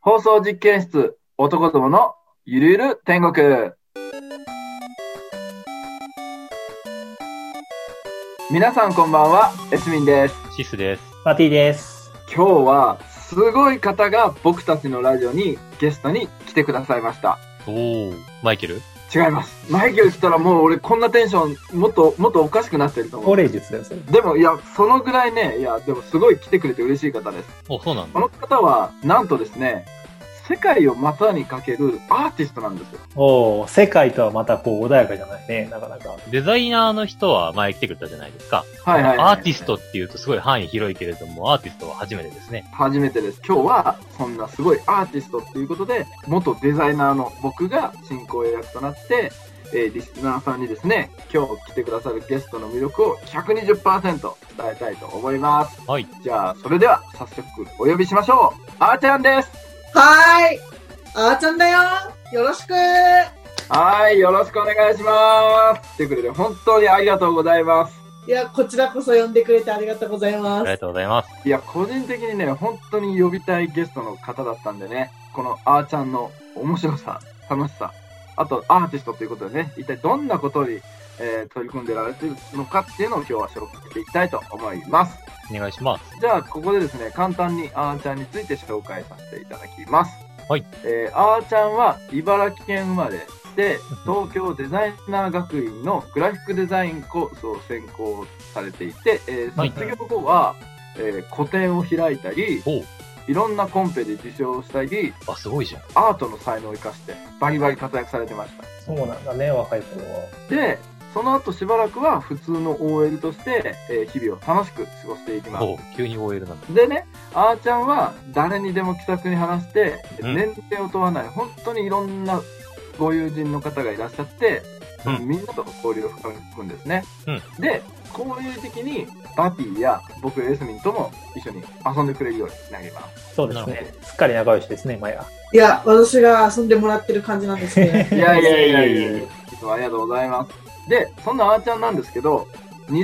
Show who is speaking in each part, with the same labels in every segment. Speaker 1: 放送実験室男どものゆるゆる天国皆さんこんばんはエスミンです
Speaker 2: シスです。
Speaker 3: マティです。
Speaker 1: 今日はすごい方が僕たちのラジオにゲストに来てくださいました
Speaker 2: おお、マイケル
Speaker 1: 違いますマイケル来たらもう俺こんなテンションもっともっとおかしくなってると思
Speaker 3: 高
Speaker 1: う
Speaker 3: 齢術だよ、それ。
Speaker 1: でもいやそのぐらいねいやでもすごい来てくれて嬉しい方です
Speaker 2: お、そうなん
Speaker 1: こ
Speaker 2: だ。
Speaker 1: の方はなんとですね世界を股にかけるアーティストなんですよ
Speaker 3: おお、世界とはまたこう穏やかじゃないね、なかなか。
Speaker 2: デザイナーの人は前来てくれたじゃないですか。
Speaker 1: はいはい、
Speaker 2: アーティストっていうとすごい範囲広いけれども、アーティストは初めてですね。
Speaker 1: 初めてです今日はそんなすごいアーティストっていうことで元デザイナーの僕が進行役となって、えーリスナーさんにですね今日来てくださるゲストの魅力を120%伝えたいと思います
Speaker 2: はい。
Speaker 1: じゃあそれでは早速お呼びしましょうあーちゃんです
Speaker 4: はーい。あーちゃんだよ。よろしく。
Speaker 1: はいよろしくお願いしますってくれて本当にありがとうございます
Speaker 4: いや、こちらこそ呼んでくれてありがとうござい
Speaker 2: あ
Speaker 4: ま
Speaker 2: りが
Speaker 4: す。
Speaker 2: とうございます。
Speaker 1: いや、個人的にね、本当に呼びたいゲストの方だったんでね、このあーちゃんの面白さ、楽しさ、あとアーティストということでね、一体どんなことに、えー取り組んでられてるのかっていうのを今日は紹介していきたいと思います。
Speaker 2: お願いします。
Speaker 1: じゃあ、ここでですね、簡単にあーちゃんについて紹介させていただきます。
Speaker 2: はい。
Speaker 1: えー、あーちゃんは茨城県生まれで、東京デザイナー学院のグラフィックデザインコースを専攻されていて、え
Speaker 2: は
Speaker 1: ー、
Speaker 2: い
Speaker 1: 卒業後は、えー個展を開いたり、
Speaker 2: おう
Speaker 1: いろんなコンペで受賞したり、
Speaker 2: あ、すごいじゃん。
Speaker 1: アートの才能を生かして、バリバリ活躍されてました。
Speaker 3: そうなんだね、若い頃は。
Speaker 1: で、その後しばらくは普通の OL として、えー日々を楽しく過ごしていきます。
Speaker 2: おう急に OL なんだ。
Speaker 1: でね、あーちゃんは誰にでも気さくに話して、
Speaker 2: うん
Speaker 1: 年齢を問わない、本当にいろんなご友人の方がいらっしゃって、
Speaker 2: うん
Speaker 1: みんなと交流を深めていくんですね。
Speaker 2: うん
Speaker 1: で、交流的にバティや僕、エスミンとも一緒に遊んでくれるようになります。
Speaker 3: そうです
Speaker 2: なる
Speaker 3: ね。すっかり仲良しですね、今や。。
Speaker 4: いや、私が遊んでもらってる感じなんですけど、ね
Speaker 1: い やいやいやいや
Speaker 3: い
Speaker 1: いつもありがとうございます。で、そんなあーちゃんなんですけど、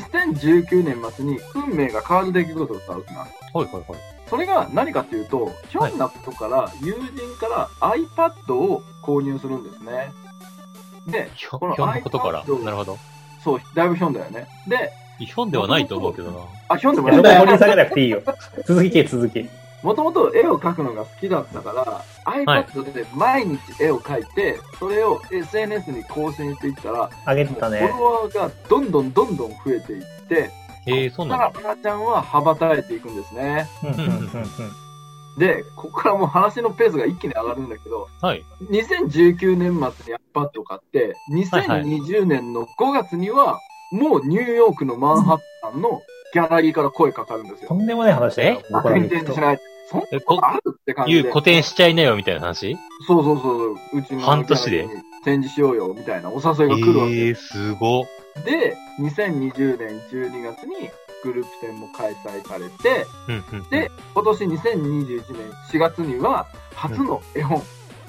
Speaker 1: 2019年末に運命が変わる出来事があるんです。
Speaker 2: ほいほいほい。
Speaker 1: それが何かっていうと、ひょんなことから友人から iPad を購入するんですね。で、
Speaker 2: ひょ、
Speaker 1: この
Speaker 2: ひょんなことから。
Speaker 1: iPad
Speaker 2: なるほど。
Speaker 1: そう、だいぶひょんだよね。で、
Speaker 2: ひょんではないと思うけどな。
Speaker 1: あ、ひょんでも
Speaker 3: やそこ
Speaker 1: な
Speaker 3: 掘り
Speaker 1: い。
Speaker 3: 下げなくて いいよ。続き聞け、続き。
Speaker 1: もともと絵を描くのが好きだったから、
Speaker 2: はい
Speaker 1: iPad で毎日絵を描いて、それを SNS に更新していったら、
Speaker 3: あげ
Speaker 1: フ
Speaker 3: てた
Speaker 1: ォ
Speaker 3: ね。
Speaker 1: ロワーがどんどんどんどん増えていって、
Speaker 2: ええー、そう
Speaker 1: だ
Speaker 2: なん
Speaker 1: から
Speaker 2: だ。
Speaker 1: ばあちゃんは羽ばたいていくんですね。
Speaker 3: うんうんうんうん。
Speaker 1: で、ここからもう話のペースが一気に上がるんだけど、
Speaker 2: はい。
Speaker 1: 2019年末に iPad を買って、
Speaker 2: はいはい
Speaker 1: 2020年の5月には、もうニューヨークのマンハッタンのギャラリーから声かかるんです
Speaker 3: と
Speaker 1: よ。
Speaker 3: んでもない話だよ
Speaker 2: え。
Speaker 3: 僕らに
Speaker 1: 全然
Speaker 3: 聞くと
Speaker 1: し。ない。そんな
Speaker 2: え、
Speaker 1: こ
Speaker 2: こ
Speaker 1: と、あるって感
Speaker 2: い
Speaker 1: じで。
Speaker 2: う古典しちゃいなよみたいな話
Speaker 1: そうそうそう。うちの
Speaker 2: 半年で
Speaker 1: ギャラリーに展示しようよ、みたいなお誘いが来るわけ
Speaker 2: ええー、すご。
Speaker 1: で、2020年12月にグループ展も開催されて、
Speaker 2: うんうん。
Speaker 1: で、今年2021年4月には、初の絵本、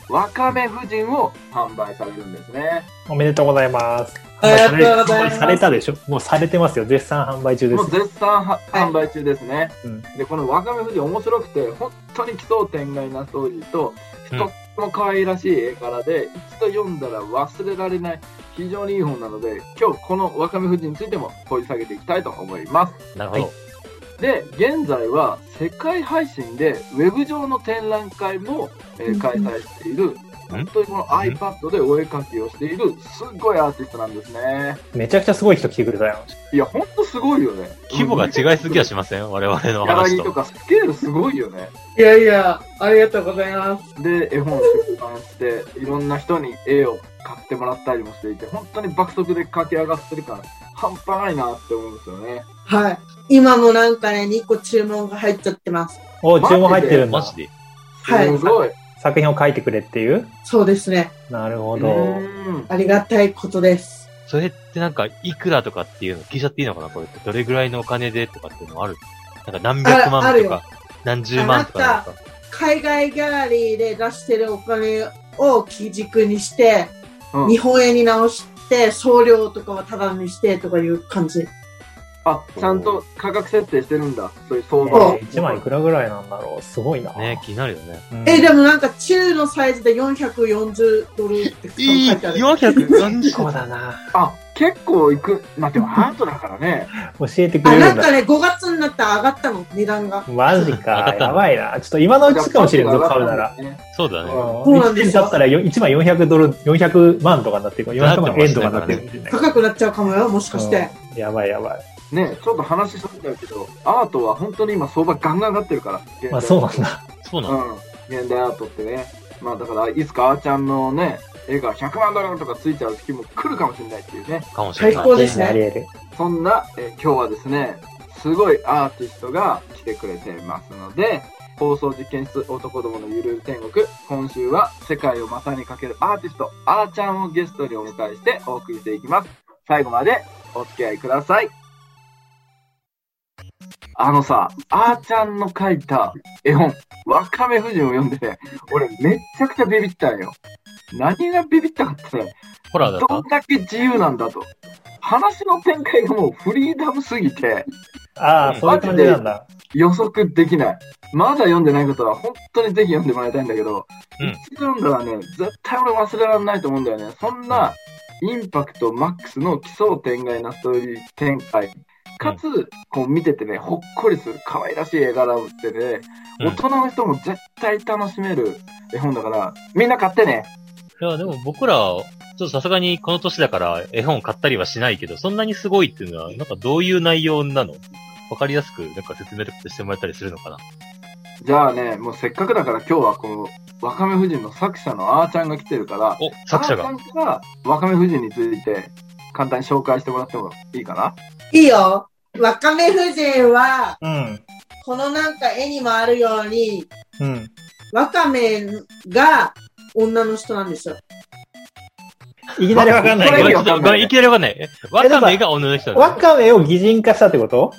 Speaker 1: わかめ夫人を販売されるんですね。
Speaker 3: おめでとうございます。
Speaker 4: ありがとうございま
Speaker 3: 販売
Speaker 4: す
Speaker 3: されたでしょもうされてますよ。絶賛販売中で
Speaker 1: もう
Speaker 3: す。
Speaker 1: 絶賛は販売中ですね、
Speaker 3: うん
Speaker 1: でこの「わかめ富士」面白くて本当に奇想天外なストーリーと
Speaker 2: うん
Speaker 1: とっても可愛らしい絵柄で一度読んだら忘れられない非常にいい本なので今日この「わかめ富士」についても掘り下げていきたいと思います
Speaker 2: なるほど。
Speaker 1: で現在は世界配信でウェブ上の展覧会も、えー
Speaker 4: うん
Speaker 1: 開催している本当にこの iPad でお絵描きをしているすっごいアーティストなんですね
Speaker 3: めちゃくちゃすごい人来てくれたよ。
Speaker 1: いや本当すごいよね
Speaker 2: 規模が違いすぎはしません我々の
Speaker 1: ギャラリ
Speaker 2: 話
Speaker 1: ーと
Speaker 2: と。
Speaker 1: かスケールすごいよね。
Speaker 4: いやいや、ありがとうございます。
Speaker 1: で、絵本を出版して、いろんな人に絵を買ってもらったりもしていて、本当に爆速で駆け上がってるから、半端ないなって思うんですよね。
Speaker 4: はい。今もなんかね、2個注文が入っちゃってます。
Speaker 3: お、注文入ってるん
Speaker 2: マ
Speaker 3: だ。
Speaker 2: ジで。
Speaker 4: はい
Speaker 1: すごい。
Speaker 3: 作品を書いてくれっていう
Speaker 4: そうですね。
Speaker 3: なるほ
Speaker 1: う
Speaker 3: ど。
Speaker 1: ーん。
Speaker 4: ありがたいことです。
Speaker 2: それってなんか、いくらとかっていうの聞いちゃっていいのかなこれって。どれぐらいのお金でとかっていうのはあるなんか何百
Speaker 4: ああ
Speaker 2: 万
Speaker 4: る
Speaker 2: と
Speaker 4: よ
Speaker 2: か、何十万とかなんか。
Speaker 4: 海外ギャラリーで出してるお金を基軸にして、
Speaker 1: うん
Speaker 4: 日本円に直して、送料とかはタダにしてとかいう感じ。
Speaker 1: あ、ちゃんと価格設定してるんだ。そういう相
Speaker 3: え
Speaker 1: 場を。
Speaker 4: そ
Speaker 3: ー、1枚いくらぐらいなんだろうすごいな。
Speaker 2: ね気になるよね。
Speaker 3: うん
Speaker 4: え、でもなんか、チェーのサイズで440ドルって
Speaker 2: いい
Speaker 4: 書いてある。
Speaker 2: !430
Speaker 3: そうだな。
Speaker 1: あ、結構いく。まあ、でもアートだから ね。
Speaker 3: 教えてく
Speaker 4: あ、
Speaker 3: れ
Speaker 4: な
Speaker 3: る
Speaker 4: ん
Speaker 3: んだ。
Speaker 4: かね、5月になったら上がったの、値段が。
Speaker 3: マジ
Speaker 2: 上が
Speaker 3: か
Speaker 2: っ。た
Speaker 3: やばいな。ちょっと今のうちかもしれんぞ、買うなら。
Speaker 1: ら。
Speaker 2: そうだね。
Speaker 4: そうなんですよ
Speaker 3: だったらよ1枚400ドル、400万とかになってる400万円とかになってるかもしれない
Speaker 4: 高くなっちゃうかもよ、もしかして。
Speaker 3: うんやばいやばい。
Speaker 1: ね、ちょっと話しとったけど、アートは本当に今相場ガンガン上がってるから。現代
Speaker 3: まあそうなんだ。
Speaker 2: そうな
Speaker 1: う
Speaker 2: の。
Speaker 1: ん。現代アートってね。まあだから、いつかあーちゃんのね、絵が100万ドルとかついちゃう時も来るかもしれないっていうね。
Speaker 2: かもしれな
Speaker 4: 最
Speaker 2: い。
Speaker 4: 高ですね
Speaker 3: あり得る。
Speaker 1: そんな、えー今日はですね、すごいアーティストが来てくれてますので、放送実験室男どものゆるゆる天国、今週は世界を股にかけるアーティスト、あーちゃんをゲストにお迎えしてお送りしていきます。最後までお付き合いください。あのさ、あーちゃんの書いた絵本、わかめ夫人を読んでね、俺めっちゃくちゃビビったんよ。何がビビったかってね、
Speaker 2: ホラーだった
Speaker 1: どんだけ自由なんだと。話の展開がもうフリーダムすぎて
Speaker 3: あ
Speaker 2: う
Speaker 3: あ、
Speaker 2: ん
Speaker 3: そういう感じなんだ。
Speaker 1: 予測できない。まだ読んでない方は本当にぜひ読んでもらいたいんだけど、
Speaker 2: うん
Speaker 1: 一度読んだらね、絶対俺忘れられないと思うんだよね。そんなインパクトマックスの奇想天外なストーリー展開。かつ、こう見ててね、ほっこりする可愛らしい絵柄をってね、
Speaker 2: うん
Speaker 1: 大人の人も絶対楽しめる絵本だから、みんな買ってね。
Speaker 2: いや、でも僕ら、ちょっとさすがにこの年だから絵本買ったりはしないけど、そんなにすごいっていうのは、なんかどういう内容なのわかりやすく、なんか説明とかしてもらったりするのかな
Speaker 1: じゃあね、もうせっかくだから今日はこの、わかめ夫人の作者のあーちゃんが来てるから、
Speaker 2: お、作者
Speaker 1: あ
Speaker 2: が。
Speaker 1: ーちゃんからわかめ夫人について簡単に紹介してもらってもいいかない
Speaker 4: いよ。わかめ夫人は、
Speaker 3: うん。
Speaker 4: このなんか絵にもあるように、
Speaker 3: うん。
Speaker 4: わかめが女の人なんですよ。
Speaker 3: いきなりわかんな
Speaker 2: ごめ
Speaker 1: これ
Speaker 3: い
Speaker 2: ん
Speaker 3: け
Speaker 2: ち
Speaker 1: よ
Speaker 2: ょっ
Speaker 3: ど
Speaker 2: とごめんいきなりわかんない。えわかめが女の人な
Speaker 3: わ
Speaker 2: の
Speaker 3: かめを擬人化したってこと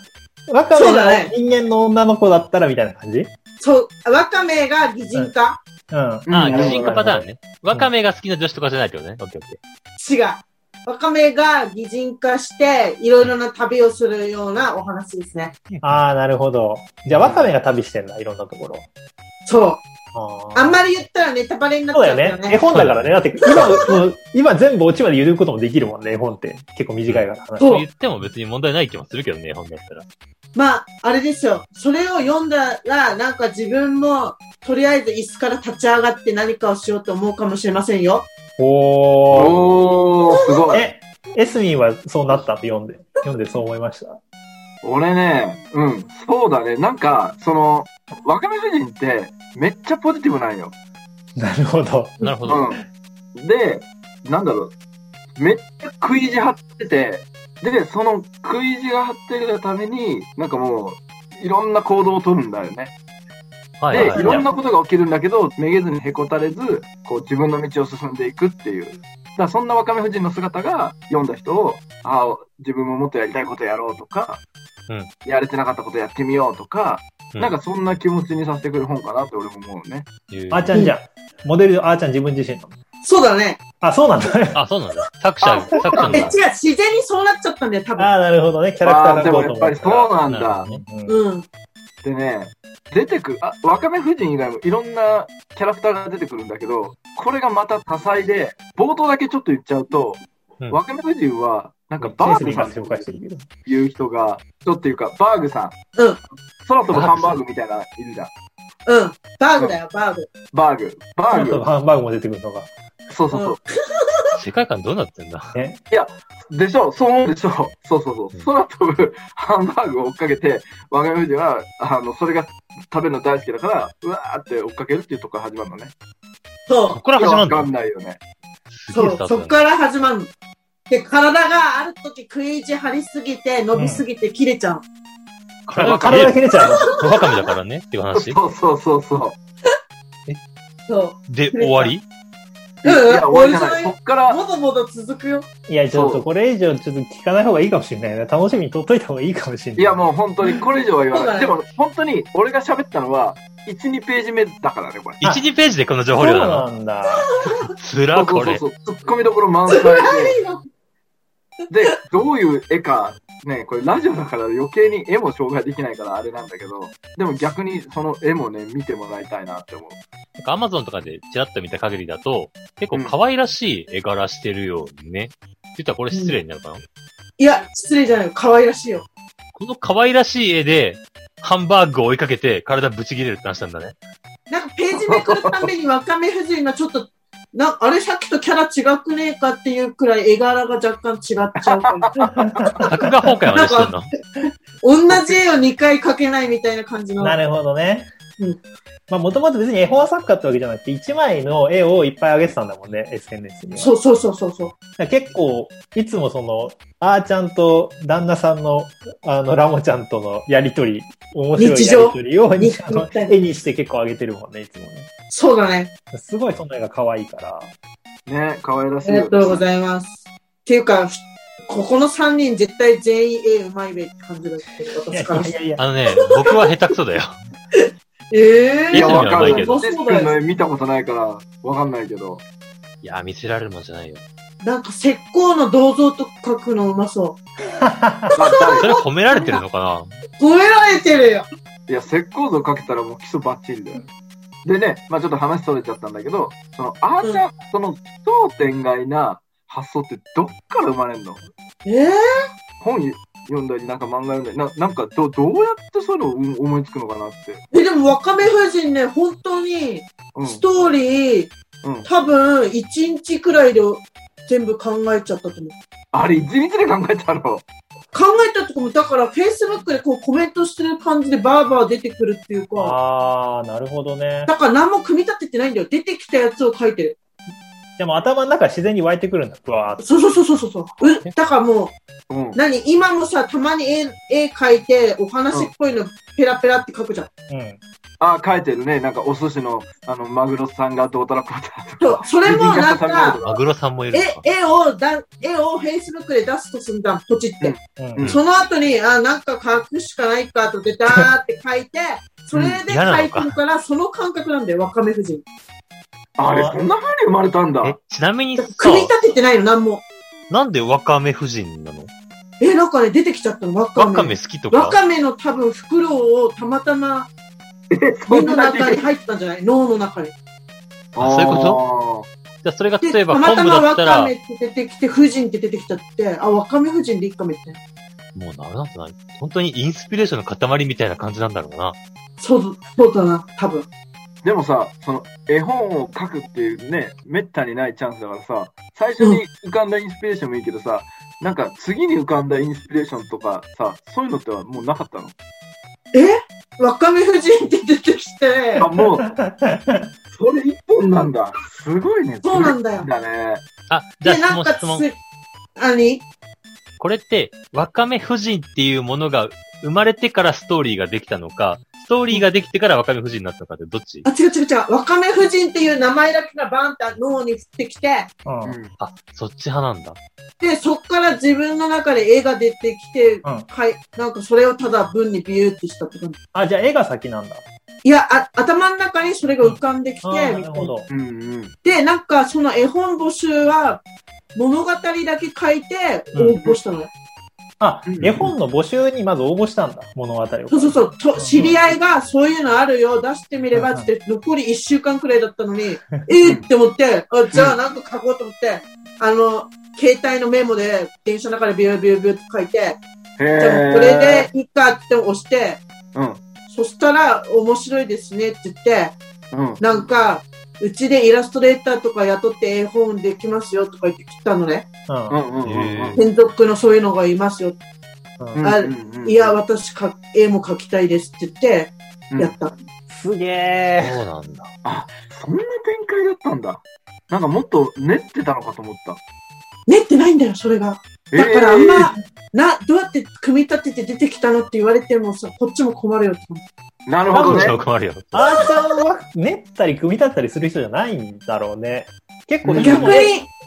Speaker 3: わかめ
Speaker 4: そうだ
Speaker 3: が
Speaker 4: ね
Speaker 3: 人間の女の子だったらみたいな感じ
Speaker 4: そう、わかめが擬人化、
Speaker 3: うん。
Speaker 2: ああ、
Speaker 1: うん
Speaker 2: 擬人化パターンね。わかめが好きな女子とかじゃないけどね。オッケーオッケ
Speaker 4: 違う。わかめが擬人化して、いろいろな旅をするようなお話ですね。
Speaker 3: ああ、なるほど。じゃあ、わかめが旅してんだ、いろんなところ。
Speaker 4: そう。
Speaker 3: あ
Speaker 4: あん
Speaker 3: ー
Speaker 4: まり言ったらネタバレになっ
Speaker 3: そう
Speaker 4: ち
Speaker 3: だ
Speaker 4: ゃうから
Speaker 3: よ
Speaker 4: ね。
Speaker 3: ね。絵本だからね。だって、今、もう今全部落ちまで言うこともできるもんね、絵本って。結構短いから。
Speaker 2: ー。
Speaker 4: そう
Speaker 2: 言っても別に問題ない気もするけどね、絵本だったら。
Speaker 4: まあ、あれですよ。それを読んだら、なんか自分も、とりあえず椅子から立ち上がって何かをしようと思うかもしれませんよ。
Speaker 3: おー。
Speaker 1: おー、すごい。
Speaker 3: え、エスミンはそうなったって読んで、読んでそう思いました。
Speaker 1: 俺ね、うん、そうだね。なんか、その、わかめ夫人ってめっちゃポジティブなんよ。
Speaker 3: なるほど。
Speaker 2: なるほど。
Speaker 1: うん。で、なんだろう。めっちゃ食い地張ってて、で、その食い地が張ってるがために、なんかもう、いろんな行動を取るんだよね。
Speaker 2: は
Speaker 1: で、
Speaker 2: いはいいはい。
Speaker 1: ろんなことが起きるんだけど、めげずにへこたれず、こう自分の道を進んでいくっていう。だからそんな若め夫人の姿が読んだ人を、ああ、自分ももっとやりたいことやろうとか、
Speaker 2: うん
Speaker 1: やれてなかったことやってみようとか、
Speaker 2: うん
Speaker 1: なんかそんな気持ちにさせてくれる本かなって俺も思うね。
Speaker 2: いう
Speaker 3: あーちゃんじゃん。モデルのあーちゃん自分自身の。
Speaker 4: そうだね。
Speaker 3: あ、そうなんだね。
Speaker 2: あ、そうなんだ。作者、作者な
Speaker 4: え、違
Speaker 2: ん
Speaker 4: う、自然にそうなっちゃったんだよ、多分。
Speaker 3: ああ、なるほどね。キャラクター
Speaker 1: ああー、
Speaker 3: が
Speaker 1: で
Speaker 3: こ
Speaker 1: も
Speaker 3: うと
Speaker 1: や
Speaker 3: 思
Speaker 1: っぱりそうなん
Speaker 2: だ。
Speaker 1: だ
Speaker 2: なるほ。どね
Speaker 3: うん
Speaker 4: うん。
Speaker 1: でね、出てくる、あ、若め夫人以外もいろんなキャラクターが出てくるんだけど、これがまた多彩で、冒頭だけちょっと言っちゃうと、
Speaker 2: うん
Speaker 1: 若め夫人は、なんかバ
Speaker 3: バー
Speaker 1: ー
Speaker 3: ス
Speaker 1: ビ
Speaker 3: で
Speaker 1: ーさ
Speaker 3: 今
Speaker 1: ん
Speaker 3: 紹介してるけど。
Speaker 1: いう人が、人っていうか、バーグさん。
Speaker 4: うん。
Speaker 1: 空飛ぶハンバーグみたいな、いるじゃん。
Speaker 4: うん。バーグだよ、バーグ。
Speaker 1: バーグ。バ
Speaker 3: あ
Speaker 1: ー
Speaker 3: と
Speaker 1: グ。
Speaker 3: ハンバーグも出てくるのが。
Speaker 1: そうそうそ
Speaker 2: 世界観どうなってんだ
Speaker 3: ね。
Speaker 1: う。でしょそう思うでしょそうそうそうう。
Speaker 2: ん
Speaker 1: 空飛ぶハンバーグを追っかけて、我が家は、あの、それが食べるの大好きだから、うわーって追っかけるっていうとこから始まるのね。
Speaker 4: そ
Speaker 2: ここから始ま
Speaker 1: わ
Speaker 2: る
Speaker 1: か
Speaker 2: の
Speaker 1: んないよね。
Speaker 2: す
Speaker 4: う。
Speaker 2: げえ
Speaker 4: そ
Speaker 2: スタ
Speaker 4: う。
Speaker 2: ートだ
Speaker 4: そっ
Speaker 2: ね
Speaker 4: から始まるの。で、体がある時食い意地張りすぎて、伸びすぎて切れちゃう。
Speaker 2: 体が
Speaker 3: 体が切れちゃうの。
Speaker 2: ワカメだからねっていう話。
Speaker 1: そうそうそうそう。
Speaker 4: そう。
Speaker 2: で、終わり
Speaker 4: うん、
Speaker 1: いや、終わりじゃな
Speaker 4: 終わり
Speaker 1: い。
Speaker 4: じ
Speaker 1: そ
Speaker 4: ゃ
Speaker 1: っか
Speaker 4: ない
Speaker 1: ら、
Speaker 4: もどもど続くよ。
Speaker 3: いや、ちょっとこれ以上ちょっと聞かない方がいいかもしれないな。楽しみに取っといた方がいいかもしれない。
Speaker 1: いやもう本当にこれ以上は言わない。
Speaker 4: そ
Speaker 1: で
Speaker 4: うだ
Speaker 1: も本当に俺が喋ったのは、1、2ページ目だからね、これ。
Speaker 2: ?1、2ページでこの情
Speaker 3: そ
Speaker 2: 報
Speaker 3: う
Speaker 2: 量なの
Speaker 3: なんだ。
Speaker 2: つら、
Speaker 1: そう
Speaker 2: こ
Speaker 1: そう
Speaker 2: れ。
Speaker 1: そうそう。突っ込みどころ満載で。で、どういう絵か、ね、これラジオだから余計に絵も紹介できないからあれなんだけど、でも逆にその絵もね、見てもらいたいなって思う。
Speaker 2: なんかアマゾンとかでチラッと見た限りだと、結構可愛らしい絵柄してるようにね。って言ったらこれ失礼になるかな、
Speaker 4: いや、失礼じゃないよ。可愛らしいよ。
Speaker 2: この可愛らしい絵で、ハンバーグを追いかけて体ぶち切れるって話なんだね。
Speaker 4: なんかページめくるためにわかめ夫人がちょっと、なあれさっきとキャラ違くねえかっていうくらい絵柄が若干違っちゃうから。
Speaker 2: 作画崩壊までしてんの。
Speaker 4: 同じ絵を2回描けないみたいな感じの。
Speaker 3: なるほどね
Speaker 4: うん。
Speaker 3: まあ、もともと別に絵本作家ってわけじゃなくて、1枚の絵をいっぱい上げてたんだもんね、SNS には。
Speaker 4: そうそうそうそうそ
Speaker 3: だ
Speaker 4: う。
Speaker 3: から結構、いつもその、あーちゃんと旦那さんの、あの、ラモちゃんとのやりとり、面白い
Speaker 4: 日
Speaker 3: や
Speaker 4: 常
Speaker 3: りとりを、に
Speaker 4: 日
Speaker 3: あの
Speaker 4: 常
Speaker 3: 絵にして結構上げてるもんね、いつもね。
Speaker 4: そうだね。
Speaker 3: すごいそんな絵が可愛いから。
Speaker 1: ね、可愛らし
Speaker 4: あ
Speaker 1: い
Speaker 4: り
Speaker 1: よ
Speaker 4: がとうございます。っていうか、ここの3人絶対全員絵うまいべって感じだけど、
Speaker 3: いや
Speaker 4: 私
Speaker 3: い
Speaker 4: から。
Speaker 3: やいや、
Speaker 2: あのね、僕は下手くそだよ。
Speaker 4: え
Speaker 1: いや、
Speaker 2: いつも
Speaker 1: わ
Speaker 2: や
Speaker 1: か
Speaker 2: ば
Speaker 1: ん
Speaker 2: い
Speaker 1: な
Speaker 2: け
Speaker 1: い。
Speaker 2: ど
Speaker 1: テス君の絵見たことない から、わかんないけど。
Speaker 2: いやー、見せられるもんじゃないよ。
Speaker 4: なんか石膏の銅像と書くのうまそう。
Speaker 1: まあ誰
Speaker 2: それ褒められてるのか
Speaker 4: 褒められてるよ。
Speaker 1: いや、石膏像かけたらもう基礎バッチリだよ。でね、まあちょっと話それちゃったんだけど、その、あーちゃん、その、奇想天外な発想ってどっから生まれんの
Speaker 4: えー、
Speaker 1: 本読んだり、なんか漫画読んだり、ななんかどどうやってそういうの思いつくのかなって。
Speaker 4: えでも、わかめ夫人ね、本当に、
Speaker 1: うん。
Speaker 4: ストーリー、
Speaker 1: うん、
Speaker 4: 多分、1日くらいで全部考えちゃったと思う。
Speaker 1: あれ、一日で考えたの。
Speaker 4: 考えたとこも、だから、Facebook でこうコメントしてる感じでバーバー出てくるっていうか、
Speaker 3: あー、なるほどね。
Speaker 4: だから何も組み立ててないんだよ。出てきたやつを書いてる。
Speaker 3: でも頭の中自然に湧いてくるんだ、ぶわーっと。
Speaker 4: そうそうそうそうそう。うだからもう、
Speaker 1: うん。
Speaker 4: 何今もさ、たまに絵、絵描いて、お話っぽいのペラペラって書くじゃん。
Speaker 3: うん。
Speaker 1: あ、書いてるね。なんかお寿司の、あの、マグロさんがどうたらこうたらと
Speaker 4: そう
Speaker 1: か。
Speaker 4: それもな んか、
Speaker 2: なマグロさんもいるのか。
Speaker 4: 絵、絵をだ、絵を Facebook で出すとすんだん、ポチって。
Speaker 3: うん。
Speaker 1: うん
Speaker 4: その後に、あ、なんか書くしかないかと、で、だーって書いて、それで書いてるから、その感覚なんだよ、わかめ夫人。
Speaker 1: あれ、そんな風に生まれたんだ。
Speaker 2: え、ちなみに
Speaker 4: だ
Speaker 2: さ
Speaker 4: から、組み立ててないの、なんも。
Speaker 2: なんでワカメ夫人なの
Speaker 4: え、なんかね、出てきちゃったの、わか
Speaker 2: ワ
Speaker 4: め。
Speaker 2: カメ好きと
Speaker 4: わ
Speaker 2: か。
Speaker 4: かめの多分、袋をたまたま
Speaker 1: え、
Speaker 4: 目の中に入ってたんじゃない脳の中に。
Speaker 2: あそういう
Speaker 1: こ
Speaker 2: じゃあそれが
Speaker 4: で
Speaker 2: 例えば
Speaker 4: た
Speaker 2: 昆
Speaker 4: また
Speaker 2: 布
Speaker 4: ま
Speaker 2: だ
Speaker 4: わ
Speaker 2: った、
Speaker 4: からめって出てきて、夫人って出てきちゃって、あ、わかめ夫人でいいかみたいな。
Speaker 2: もうなあれなんてない。本当にインスピレーションの塊みたいな感じなんだろうな。
Speaker 4: そう、そうだな、多分。
Speaker 1: でもさ、その絵本を書くっていうね、めったにないチャンスだからさ、最初に浮かんだインスピレーションもいいけどさ、なんか次に浮かんだインスピレーションとかさ、そういうのってはもうなかったの
Speaker 4: わかめ夫人って出てき て
Speaker 1: あ、、もう、それ一本なんだ。すごいね。
Speaker 4: そうなんだよ
Speaker 1: だね。
Speaker 2: あ、じゃあ質
Speaker 4: で、なん
Speaker 2: 問
Speaker 4: か
Speaker 2: 質
Speaker 4: つ
Speaker 2: 問。、
Speaker 4: 何
Speaker 2: これって、ワカメ夫人っていうものが生まれてからストーリーができたのか、ストーリーができてからワカメ夫人になったのかってどっち
Speaker 4: あ、違う違う違う。わかめ夫人っていう名前だけがバンって脳に降ってきて、
Speaker 3: うん。
Speaker 1: うん。
Speaker 2: あ、そっち派なんだ。
Speaker 4: で、そっから自分の中で絵が出てきて、
Speaker 3: うん
Speaker 4: はい、なんかそれをただ文にビューってしたって感じ。
Speaker 3: あ、じゃあ絵が先なんだ。
Speaker 4: いや、あ頭の中にそれが浮かんできて、
Speaker 3: あーなる
Speaker 4: みたい
Speaker 3: ほ
Speaker 4: な。
Speaker 3: ど。
Speaker 1: うんうん。
Speaker 4: で、なんかその絵本募集は、物語だけ書いて応募したの。
Speaker 3: あ
Speaker 1: う、ん
Speaker 3: 絵本の募集にまず応募したんだ、物語を。
Speaker 4: そうそうそうと、知り合いがそういうのあるよ、出してみればっつって、残り1週間くらいだっ たのに、えーって思って、あじゃあなんか書こうと思って、あの、携帯のメモで電車の中でビュービュービューって書いて、
Speaker 1: へ
Speaker 4: じゃ
Speaker 1: え。
Speaker 4: あこれでいいかって押して、
Speaker 1: うん。
Speaker 4: そしたら面白いですねって言って、
Speaker 1: うん。
Speaker 4: なんか、うちでイラストレーターとか雇って絵本できますよとか言ってきたのね。
Speaker 3: うん。
Speaker 1: うんうんうん
Speaker 2: へ
Speaker 4: 専属のそういうのがいますよ。
Speaker 1: うん。
Speaker 4: あ
Speaker 1: うんうんうん
Speaker 4: いや、、私か、絵も描きたいですって言って、
Speaker 1: うん
Speaker 4: やった。
Speaker 3: すげえ。
Speaker 2: そうなんだ。
Speaker 1: そんな展開だったんだ。なんかもっと練ってたのかと思った。
Speaker 4: 練ってないんだよ、それが。だからあんま、な、どうやって組み立てて出てきたのって言われてもさ、こっちも困るよって思
Speaker 1: えーなる
Speaker 2: 多
Speaker 1: ほど
Speaker 2: 分
Speaker 1: ね
Speaker 2: ち。ょ困るよ。
Speaker 3: あーちゃんは練ったり組み立ったりする人じゃないんだろうね。結構
Speaker 1: う
Speaker 4: う。
Speaker 1: ん
Speaker 3: で
Speaker 4: 逆
Speaker 3: も
Speaker 4: に、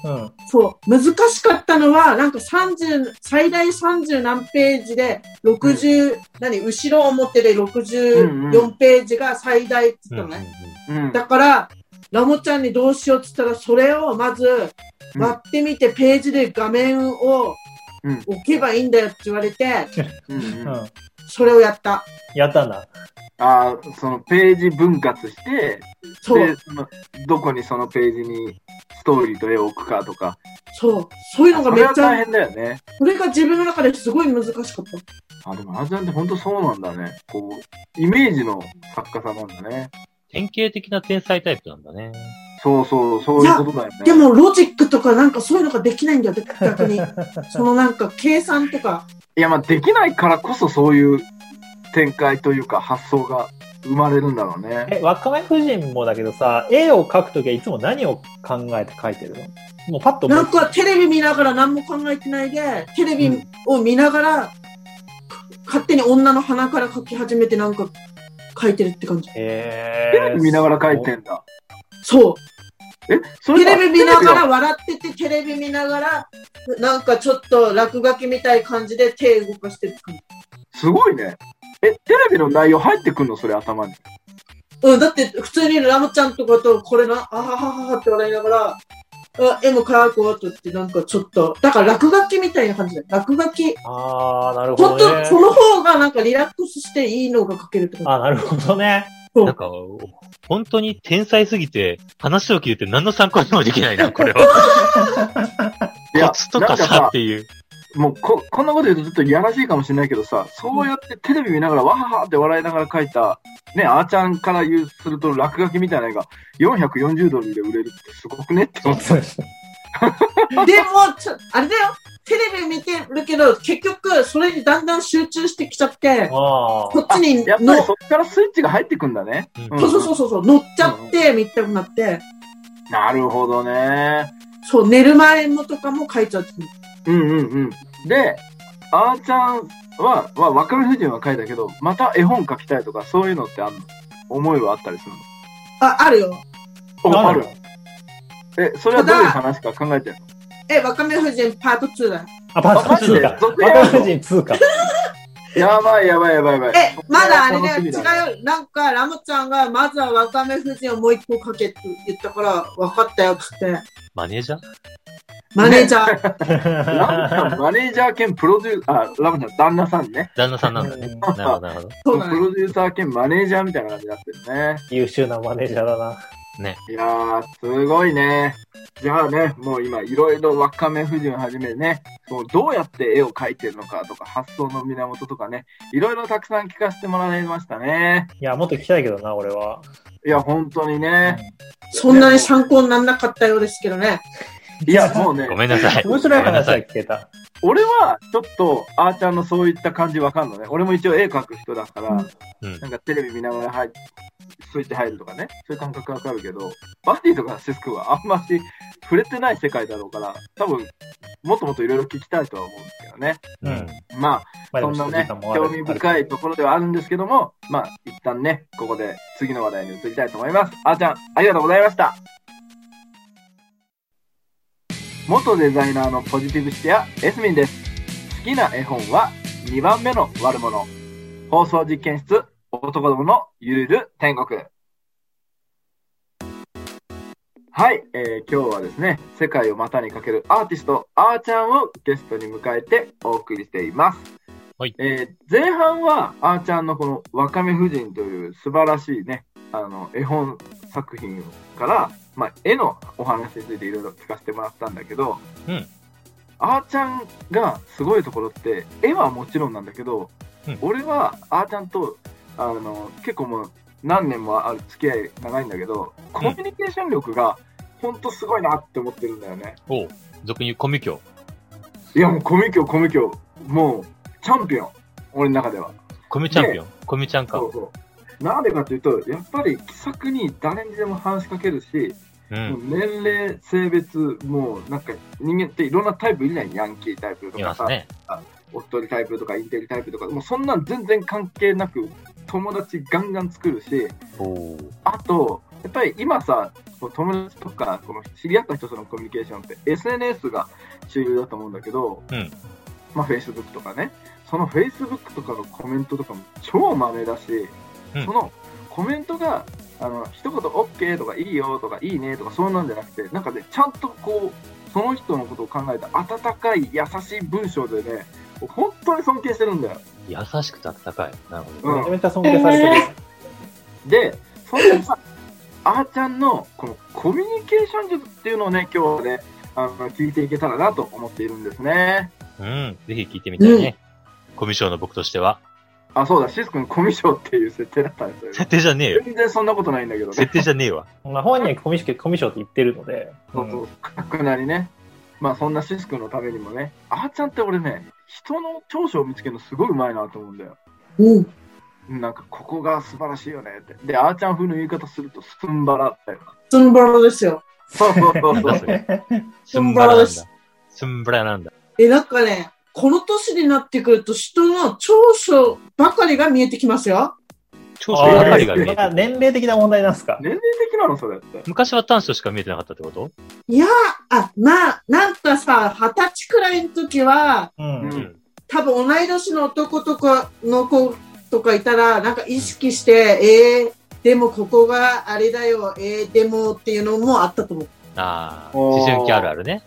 Speaker 3: うん。
Speaker 4: そう、難しかったのは、なんか30、最大30何ページで、60、何、後ろ表で
Speaker 1: うんうん
Speaker 4: 64ページが最大って
Speaker 2: うんう
Speaker 4: 言っ
Speaker 2: ん
Speaker 4: たのね。
Speaker 1: うん
Speaker 4: だから、ラモちゃんにどうしようって言ったら、それをまず
Speaker 1: うん
Speaker 4: 割ってみて、ページで画面を
Speaker 1: うん
Speaker 4: 置けばいいんだよって言われて、
Speaker 1: うんうん
Speaker 3: うん。
Speaker 4: それをやった。
Speaker 3: やったな。
Speaker 1: ああ、そのページ分割して、
Speaker 4: そう
Speaker 1: で、そのどこにそのページにストーリーと絵を置くかとか、
Speaker 4: そう。そういうの
Speaker 1: そ
Speaker 4: がめ
Speaker 1: れ
Speaker 4: っ
Speaker 1: は
Speaker 4: ち
Speaker 1: 大
Speaker 4: ゃ、
Speaker 1: 変だよね。
Speaker 4: これが自分の中ですごい難しかった。
Speaker 1: あでもアジアンって本当そうなんだね。こう、イメージの作家さんなんだね。
Speaker 2: 典型的な天才タイプなんだね。
Speaker 1: そうそう、そういうことだよね。
Speaker 4: で、もロジックとかなんかそういうのができないんだよ、逆 に。そのなんか計算とか。
Speaker 1: いや、まあ、できないからこそそういう展開というか発想が生まれるんだろうね。
Speaker 3: え、若め夫人もだけどさ、絵を描くときはいつも何を考えて描いてるのもうパッと思い
Speaker 4: なんかテレビ見ながら何も考えてないで、テレビを見ながら、勝手に女の鼻から描き始めてなんか描いてるって感じ。
Speaker 3: へ
Speaker 1: テレビ見ながら描いてんだ。
Speaker 4: そう。
Speaker 1: え、それ
Speaker 4: テレビ見ながら
Speaker 1: あ
Speaker 4: 笑ってて、テレビ見ながら、なんかちょっと落書きみたい感じで手動かしてる感じ。
Speaker 1: すごいね。え、テレビの内容入ってくんのそれ頭に。
Speaker 4: うん、だって普通にラムちゃんとかと、これな、あははははって笑いながら、あ、絵も描こうとって、なんかちょっと、だから落書きみたいな感じだよ。落書き。
Speaker 3: あー、なるほ
Speaker 4: 本
Speaker 3: ど
Speaker 4: 当
Speaker 3: ね。
Speaker 4: その方がなんかリラックスしていいのが描けるって感
Speaker 3: あ、なるほどね。
Speaker 4: そう
Speaker 2: なんか、本当に天才すぎて、話を聞いて何の参考にもできないな、これは。
Speaker 1: いや
Speaker 2: コツとか
Speaker 1: なんかさ
Speaker 2: さっていう。
Speaker 1: もうこ、こんなこと言うとちょっといやらしいかもしれないけどさ、そうやってテレビ見ながらわははって笑いながら描いた、ね、あーちゃんから言うすると落書きみたいな絵が440ドルで売れるってすごくねって思った。
Speaker 4: じ。でも、ちょあれだよ。テレビ見てるけど、結局、それにだんだん集中してきちゃっ
Speaker 3: あ
Speaker 4: て、こっちに
Speaker 1: やっぱり
Speaker 4: の、
Speaker 1: そっからスイッチが入ってくんだね。
Speaker 2: うん
Speaker 4: そうそうそうそう、乗っちゃって、見たくなって、
Speaker 1: なるほどね。
Speaker 4: そう、寝る前もとかも書いちゃって。
Speaker 1: うんうんうん。で、あーちゃんは、まあ、若め夫人は書いたけど、また絵本書きたいとか、そういうのってあんの思いはあったりする
Speaker 4: あ、あるよ。
Speaker 1: の
Speaker 3: あ
Speaker 1: あ
Speaker 3: る
Speaker 1: るえ、それはどういう話か考えてるの
Speaker 4: え、わかめ夫人パート2だよ。
Speaker 3: あ、パート2
Speaker 1: あ
Speaker 3: か。
Speaker 1: マジで
Speaker 3: 若め夫人2か。
Speaker 1: やばいやばいやばいやばい。
Speaker 4: え、まだあれ
Speaker 1: 楽し
Speaker 4: だよ。
Speaker 1: み
Speaker 4: 違
Speaker 1: だね
Speaker 4: うよ。なんか、ラムちゃんが、まずはわかめ夫人をもう一個書けって言ったから、わかったよ、つって。
Speaker 2: マネージャー
Speaker 4: マネージャー。
Speaker 1: ラムちゃん、マネージャー兼プロデューサー、あ、ラムちゃん、旦那さんね。
Speaker 2: 旦那さんなんだね。なるほど、なるほど。
Speaker 4: そ
Speaker 1: プ
Speaker 4: うな の。
Speaker 1: ロデューサー兼マネージャーみたいな感じになってるね。
Speaker 3: 優秀なマネージャーだな。
Speaker 1: いやー、すごいね。じゃあね、もう今、いろいろわかめ夫人をはじめね、もうどうやって絵を描いてるのかとか、発想の源とかね、いろいろたくさん聞かせてもらいましたね。
Speaker 3: いや、もっと聞きたいけどな、俺は。
Speaker 1: いや、本当にね。
Speaker 4: そんなに参考にならなかったようですけどね。
Speaker 1: いや、もうね
Speaker 2: ご、めんなさい。
Speaker 3: 面白い
Speaker 2: ごめんな
Speaker 3: 話
Speaker 2: さ。
Speaker 3: はい聞けた。
Speaker 1: 俺はちょっと、あーちゃんのそういった感じわかんのね。俺も一応絵描く人だから、
Speaker 4: うん
Speaker 2: うん
Speaker 1: なんかテレビ見ながら入スイッチ入るとかね、そういう感覚わかるけど、バスティとかシスクはあんまし触れてない世界だろうから、多分、もっともっといろいろ聞きたいとは思うんですけどね。
Speaker 2: うん。
Speaker 1: まあ、
Speaker 3: まあで
Speaker 1: そ
Speaker 3: も
Speaker 1: ん
Speaker 3: ちょ
Speaker 1: な
Speaker 3: っと
Speaker 1: ね
Speaker 3: 時間、もある
Speaker 1: 興味深いところではあるんですけども、まあ、一旦ね、ここで次の話題に移りたいと思います。あーちゃん、ありがとうございました。元デザイナーのポジティブシテア、エスミンです。好きな絵本は、2番目の悪者。放送実験室、男どものゆるる天国。はい、えー今日はですね、世界を股にかけるアーティスト、あーちゃんをゲストに迎えてお送りしています。えー前半はあーちゃんのこの「わかめ夫人」という素晴らしいねあの絵本作品から、まあ、絵のお話についていろいろ聞かせてもらったんだけど、
Speaker 2: うん
Speaker 1: あーちゃんがすごいところって絵はもちろんなんだけど、
Speaker 2: うん
Speaker 1: 俺はあーちゃんとあの結構もう何年もある付き合い長いんだけどコミュニケーション力がほんとすごいなって思ってるんだよね。
Speaker 2: おう俗に言うコミュ協。
Speaker 1: いやもうコミュ協コミュ協もうチャンピオン俺の中では。
Speaker 2: コミュチャンピオン。コミュちゃんか
Speaker 1: そ。うそう。なんでかというと、やっぱり気さくに誰にでも話しかけるし、
Speaker 2: う。
Speaker 1: もうん年齢、性別、もうなんか人間っていろんなタイプいないヤンキータイプと
Speaker 2: い
Speaker 1: か
Speaker 2: ます
Speaker 1: さ、
Speaker 2: ね。
Speaker 1: おっとりタイプとかインテリタイプとか、もうそんなん全然関係なく友達ガンガン作るし、
Speaker 2: おう
Speaker 1: あと、やっぱり今さ、こう友達とかこの知り合った人とのコミュニケーションって SNS が主流だと思うんだけど、
Speaker 2: うん
Speaker 1: まあ、Facebook とかね、その Facebook とかのコメントとかも超マメだし、
Speaker 2: うん
Speaker 1: そのコメントがあの一言 OK とかいいよとかいいねとかそうなんじゃなくて、なんかね、ちゃんとこう、その人のことを考えた温かい、優しい文章でね、本当に尊敬してるんだよ。
Speaker 2: 優しくて温かい。なるほど。
Speaker 1: うん
Speaker 3: めちゃめちゃ尊敬されてる。
Speaker 1: で、そんなさ、あーちゃんのこのコミュニケーション術っていうのをね、今日はね、あの聞いていけたらなと思っているんですね。
Speaker 2: うん。ぜひ聞いてみたいね。コミュ障の僕としては。
Speaker 1: あ、そうだ、シス君、コミショっていう設定だったんですよ
Speaker 2: 設。定じゃねえよ。
Speaker 1: 全然そんなことないんだけどね。
Speaker 2: 設定じゃねえわ。
Speaker 3: まあ、本人はコミショコミショって言ってるので、
Speaker 1: そうそう、かくなりね。まあそんなシス君のためにもね、あーちゃんって俺ね、人の長所を見つけるのすごいうまいなと思うんだよ。
Speaker 4: うん。
Speaker 1: なんか、ここが素晴らしいよねって。で、あーちゃん風の言い方すると、すんばらって。
Speaker 4: そのバラですよ。
Speaker 1: そうそう そうそう
Speaker 2: なんだそれ。
Speaker 4: ス
Speaker 2: ス
Speaker 4: ン
Speaker 2: ン
Speaker 4: バ
Speaker 2: バラ
Speaker 4: ラで
Speaker 2: なん
Speaker 4: す
Speaker 2: だ。スンバラなんだ。
Speaker 4: え、なんかね、この年になってくると人の長所ばかりが見えてきますよ。
Speaker 2: 長所ばかりが見え
Speaker 3: ま
Speaker 2: て
Speaker 3: あ
Speaker 2: る。
Speaker 3: 年齢的な問題なんですか。
Speaker 1: 年齢的なの、それって。
Speaker 2: 昔は短所しか見えてなかったってこと
Speaker 4: いやー、あ、まあ、なんかさ、二十歳くらいの時は、
Speaker 3: う
Speaker 1: うん
Speaker 3: ん。
Speaker 4: 多分同い年の男とかの子とかいたら、なんか意識して、えー、でもここがあれだよ、えー、でもっていうのもあったと思う。
Speaker 2: ああ、
Speaker 1: おー
Speaker 2: 思春期あるあるね。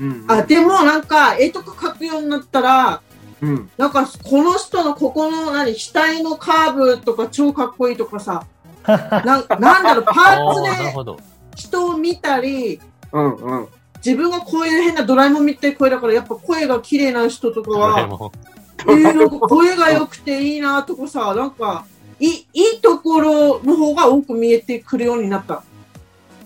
Speaker 1: うん。
Speaker 4: あ、でもなんか、絵とか描くようになったら、
Speaker 1: うん。
Speaker 4: なんか、この人のここの、何、額のカーブとか超かっこいいと かさ、なんなんだろう、パーツ
Speaker 2: おーなる
Speaker 4: で
Speaker 2: ほど。
Speaker 4: 人を見たり、
Speaker 1: うん。うん。
Speaker 4: 自分がこういう変なドラえもんみたいな声だから、やっぱ声が綺麗な人とか
Speaker 2: これ
Speaker 4: は、
Speaker 2: も、
Speaker 4: えー、なんか声が良くていいなとかさ、なんか、いいいところの方が多く見えてくるようになった。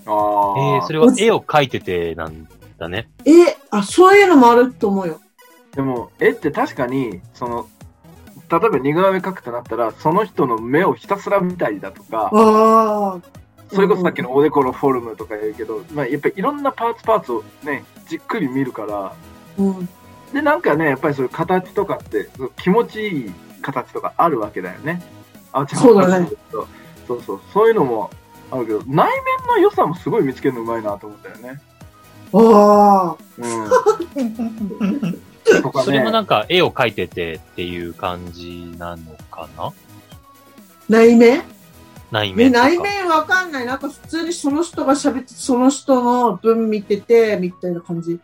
Speaker 1: ああ。
Speaker 2: えー、それは絵を描いててなんだね。
Speaker 4: えあ、そういうのもあると思うよ。
Speaker 1: でも、絵って確かに、その、例えば似顔絵描くとなったら、その人の目をひたすら見たりだとか、
Speaker 4: ああ。
Speaker 1: それこそさっきのおでこのフォルムとか言うけど、まあ、やっぱりいろんなパーツパーツをね、じっくり見るから、
Speaker 4: うん。
Speaker 1: で、なんかね、やっぱりそういう形とかって、そう気持ちいい形とかあるわけだよね。あ、ちゃん
Speaker 4: そうだね
Speaker 1: そうそうそう、そういうのもあるけど、内面の良さもすごい見つけるのうまいなと思ったよね。
Speaker 4: ああ。
Speaker 1: うん。 とか
Speaker 2: それも
Speaker 1: ね、
Speaker 2: なんか絵を描いててっていう感じなのかな
Speaker 4: 内面
Speaker 2: 内
Speaker 4: ね
Speaker 2: 面とか。
Speaker 4: 内面わかんない。なんか普通にその人が喋って、その人の文見てて、みたいな感じ。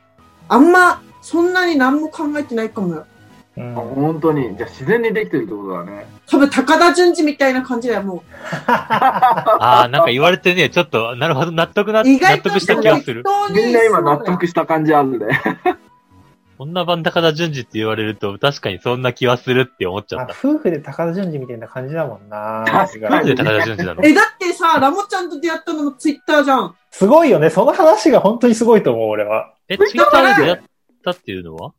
Speaker 4: あんま、そんなに何も考えてないかもよ。
Speaker 3: うん
Speaker 1: 本当に、じゃあ自然にできてるってことだね。
Speaker 4: 多分、高田純次みたいな感じだよ、も
Speaker 2: ああ、なんか言われてね、ちょっと、なるほど、納得な、
Speaker 4: う。意外
Speaker 2: 納
Speaker 4: と
Speaker 2: 得した気がす
Speaker 4: 適
Speaker 2: る。
Speaker 4: 当に
Speaker 1: みんな今納得した感じあるんで。
Speaker 2: こんな版高田淳二って言われると、確かにそんな気はするって思っちゃ
Speaker 3: あ
Speaker 2: った。
Speaker 3: 夫婦で高田純次みたいな感じだもんな。
Speaker 1: 確か
Speaker 2: なん
Speaker 1: に
Speaker 2: で高田淳二なの
Speaker 4: え、だってさ、ラモちゃんと出会ったのもツイッターじゃん。
Speaker 3: すごいよね。その話が本当にすごいと思う、俺は。
Speaker 2: え、
Speaker 1: ツ
Speaker 2: ツ
Speaker 1: イ
Speaker 2: イ
Speaker 1: ッ
Speaker 2: ッ
Speaker 1: タ
Speaker 2: タ
Speaker 1: ー
Speaker 2: ー
Speaker 1: で
Speaker 2: で出会ったっていうのは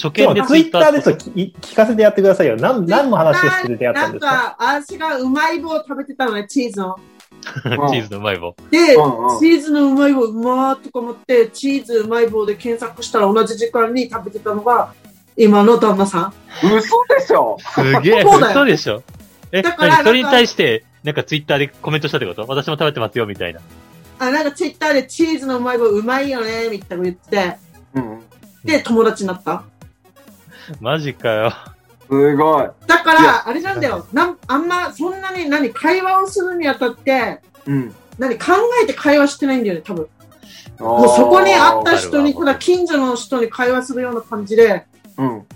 Speaker 2: 初
Speaker 3: で
Speaker 2: 見
Speaker 3: も
Speaker 2: で
Speaker 3: ツイッターでちょっ
Speaker 2: ツ
Speaker 3: と聞聞かせてやってくださいよ。なん何の話をして出会った
Speaker 4: なんん
Speaker 3: ですか
Speaker 4: か、あしがうまい棒食べてたのね、チーズの。
Speaker 2: イ ッターチーズのうまい棒。
Speaker 4: で、
Speaker 1: うんうん
Speaker 4: チーズのうまい棒うまーとか思って、チーズうまい棒で検索したら同じ時間に食べてたのが、今の旦那さん。
Speaker 1: 嘘でしょ
Speaker 2: すげえ、
Speaker 4: そうだよ
Speaker 2: 嘘でしょえ、
Speaker 4: だからな
Speaker 2: 何
Speaker 4: んか
Speaker 2: それに対して、なんかツイッターでコメントしたってこと私も食べてますよ、みたいな。
Speaker 4: あ、なんかツイッターでチーズのうまい棒うまいよね、みたいなこと言ってて、
Speaker 1: うん。
Speaker 4: で、友達になった。
Speaker 2: マジかよ。
Speaker 1: すごい。
Speaker 4: だか
Speaker 1: い
Speaker 4: ら、あれなんだよ。なん、あんま、そんなに何、会話をするにあたって、
Speaker 1: うん。
Speaker 4: 何、考えて会話してないんだよね、多分。もうそこに会った人に、
Speaker 2: わかる
Speaker 4: た
Speaker 2: わ
Speaker 4: だ近所の人に会話するような感じで、
Speaker 1: うん。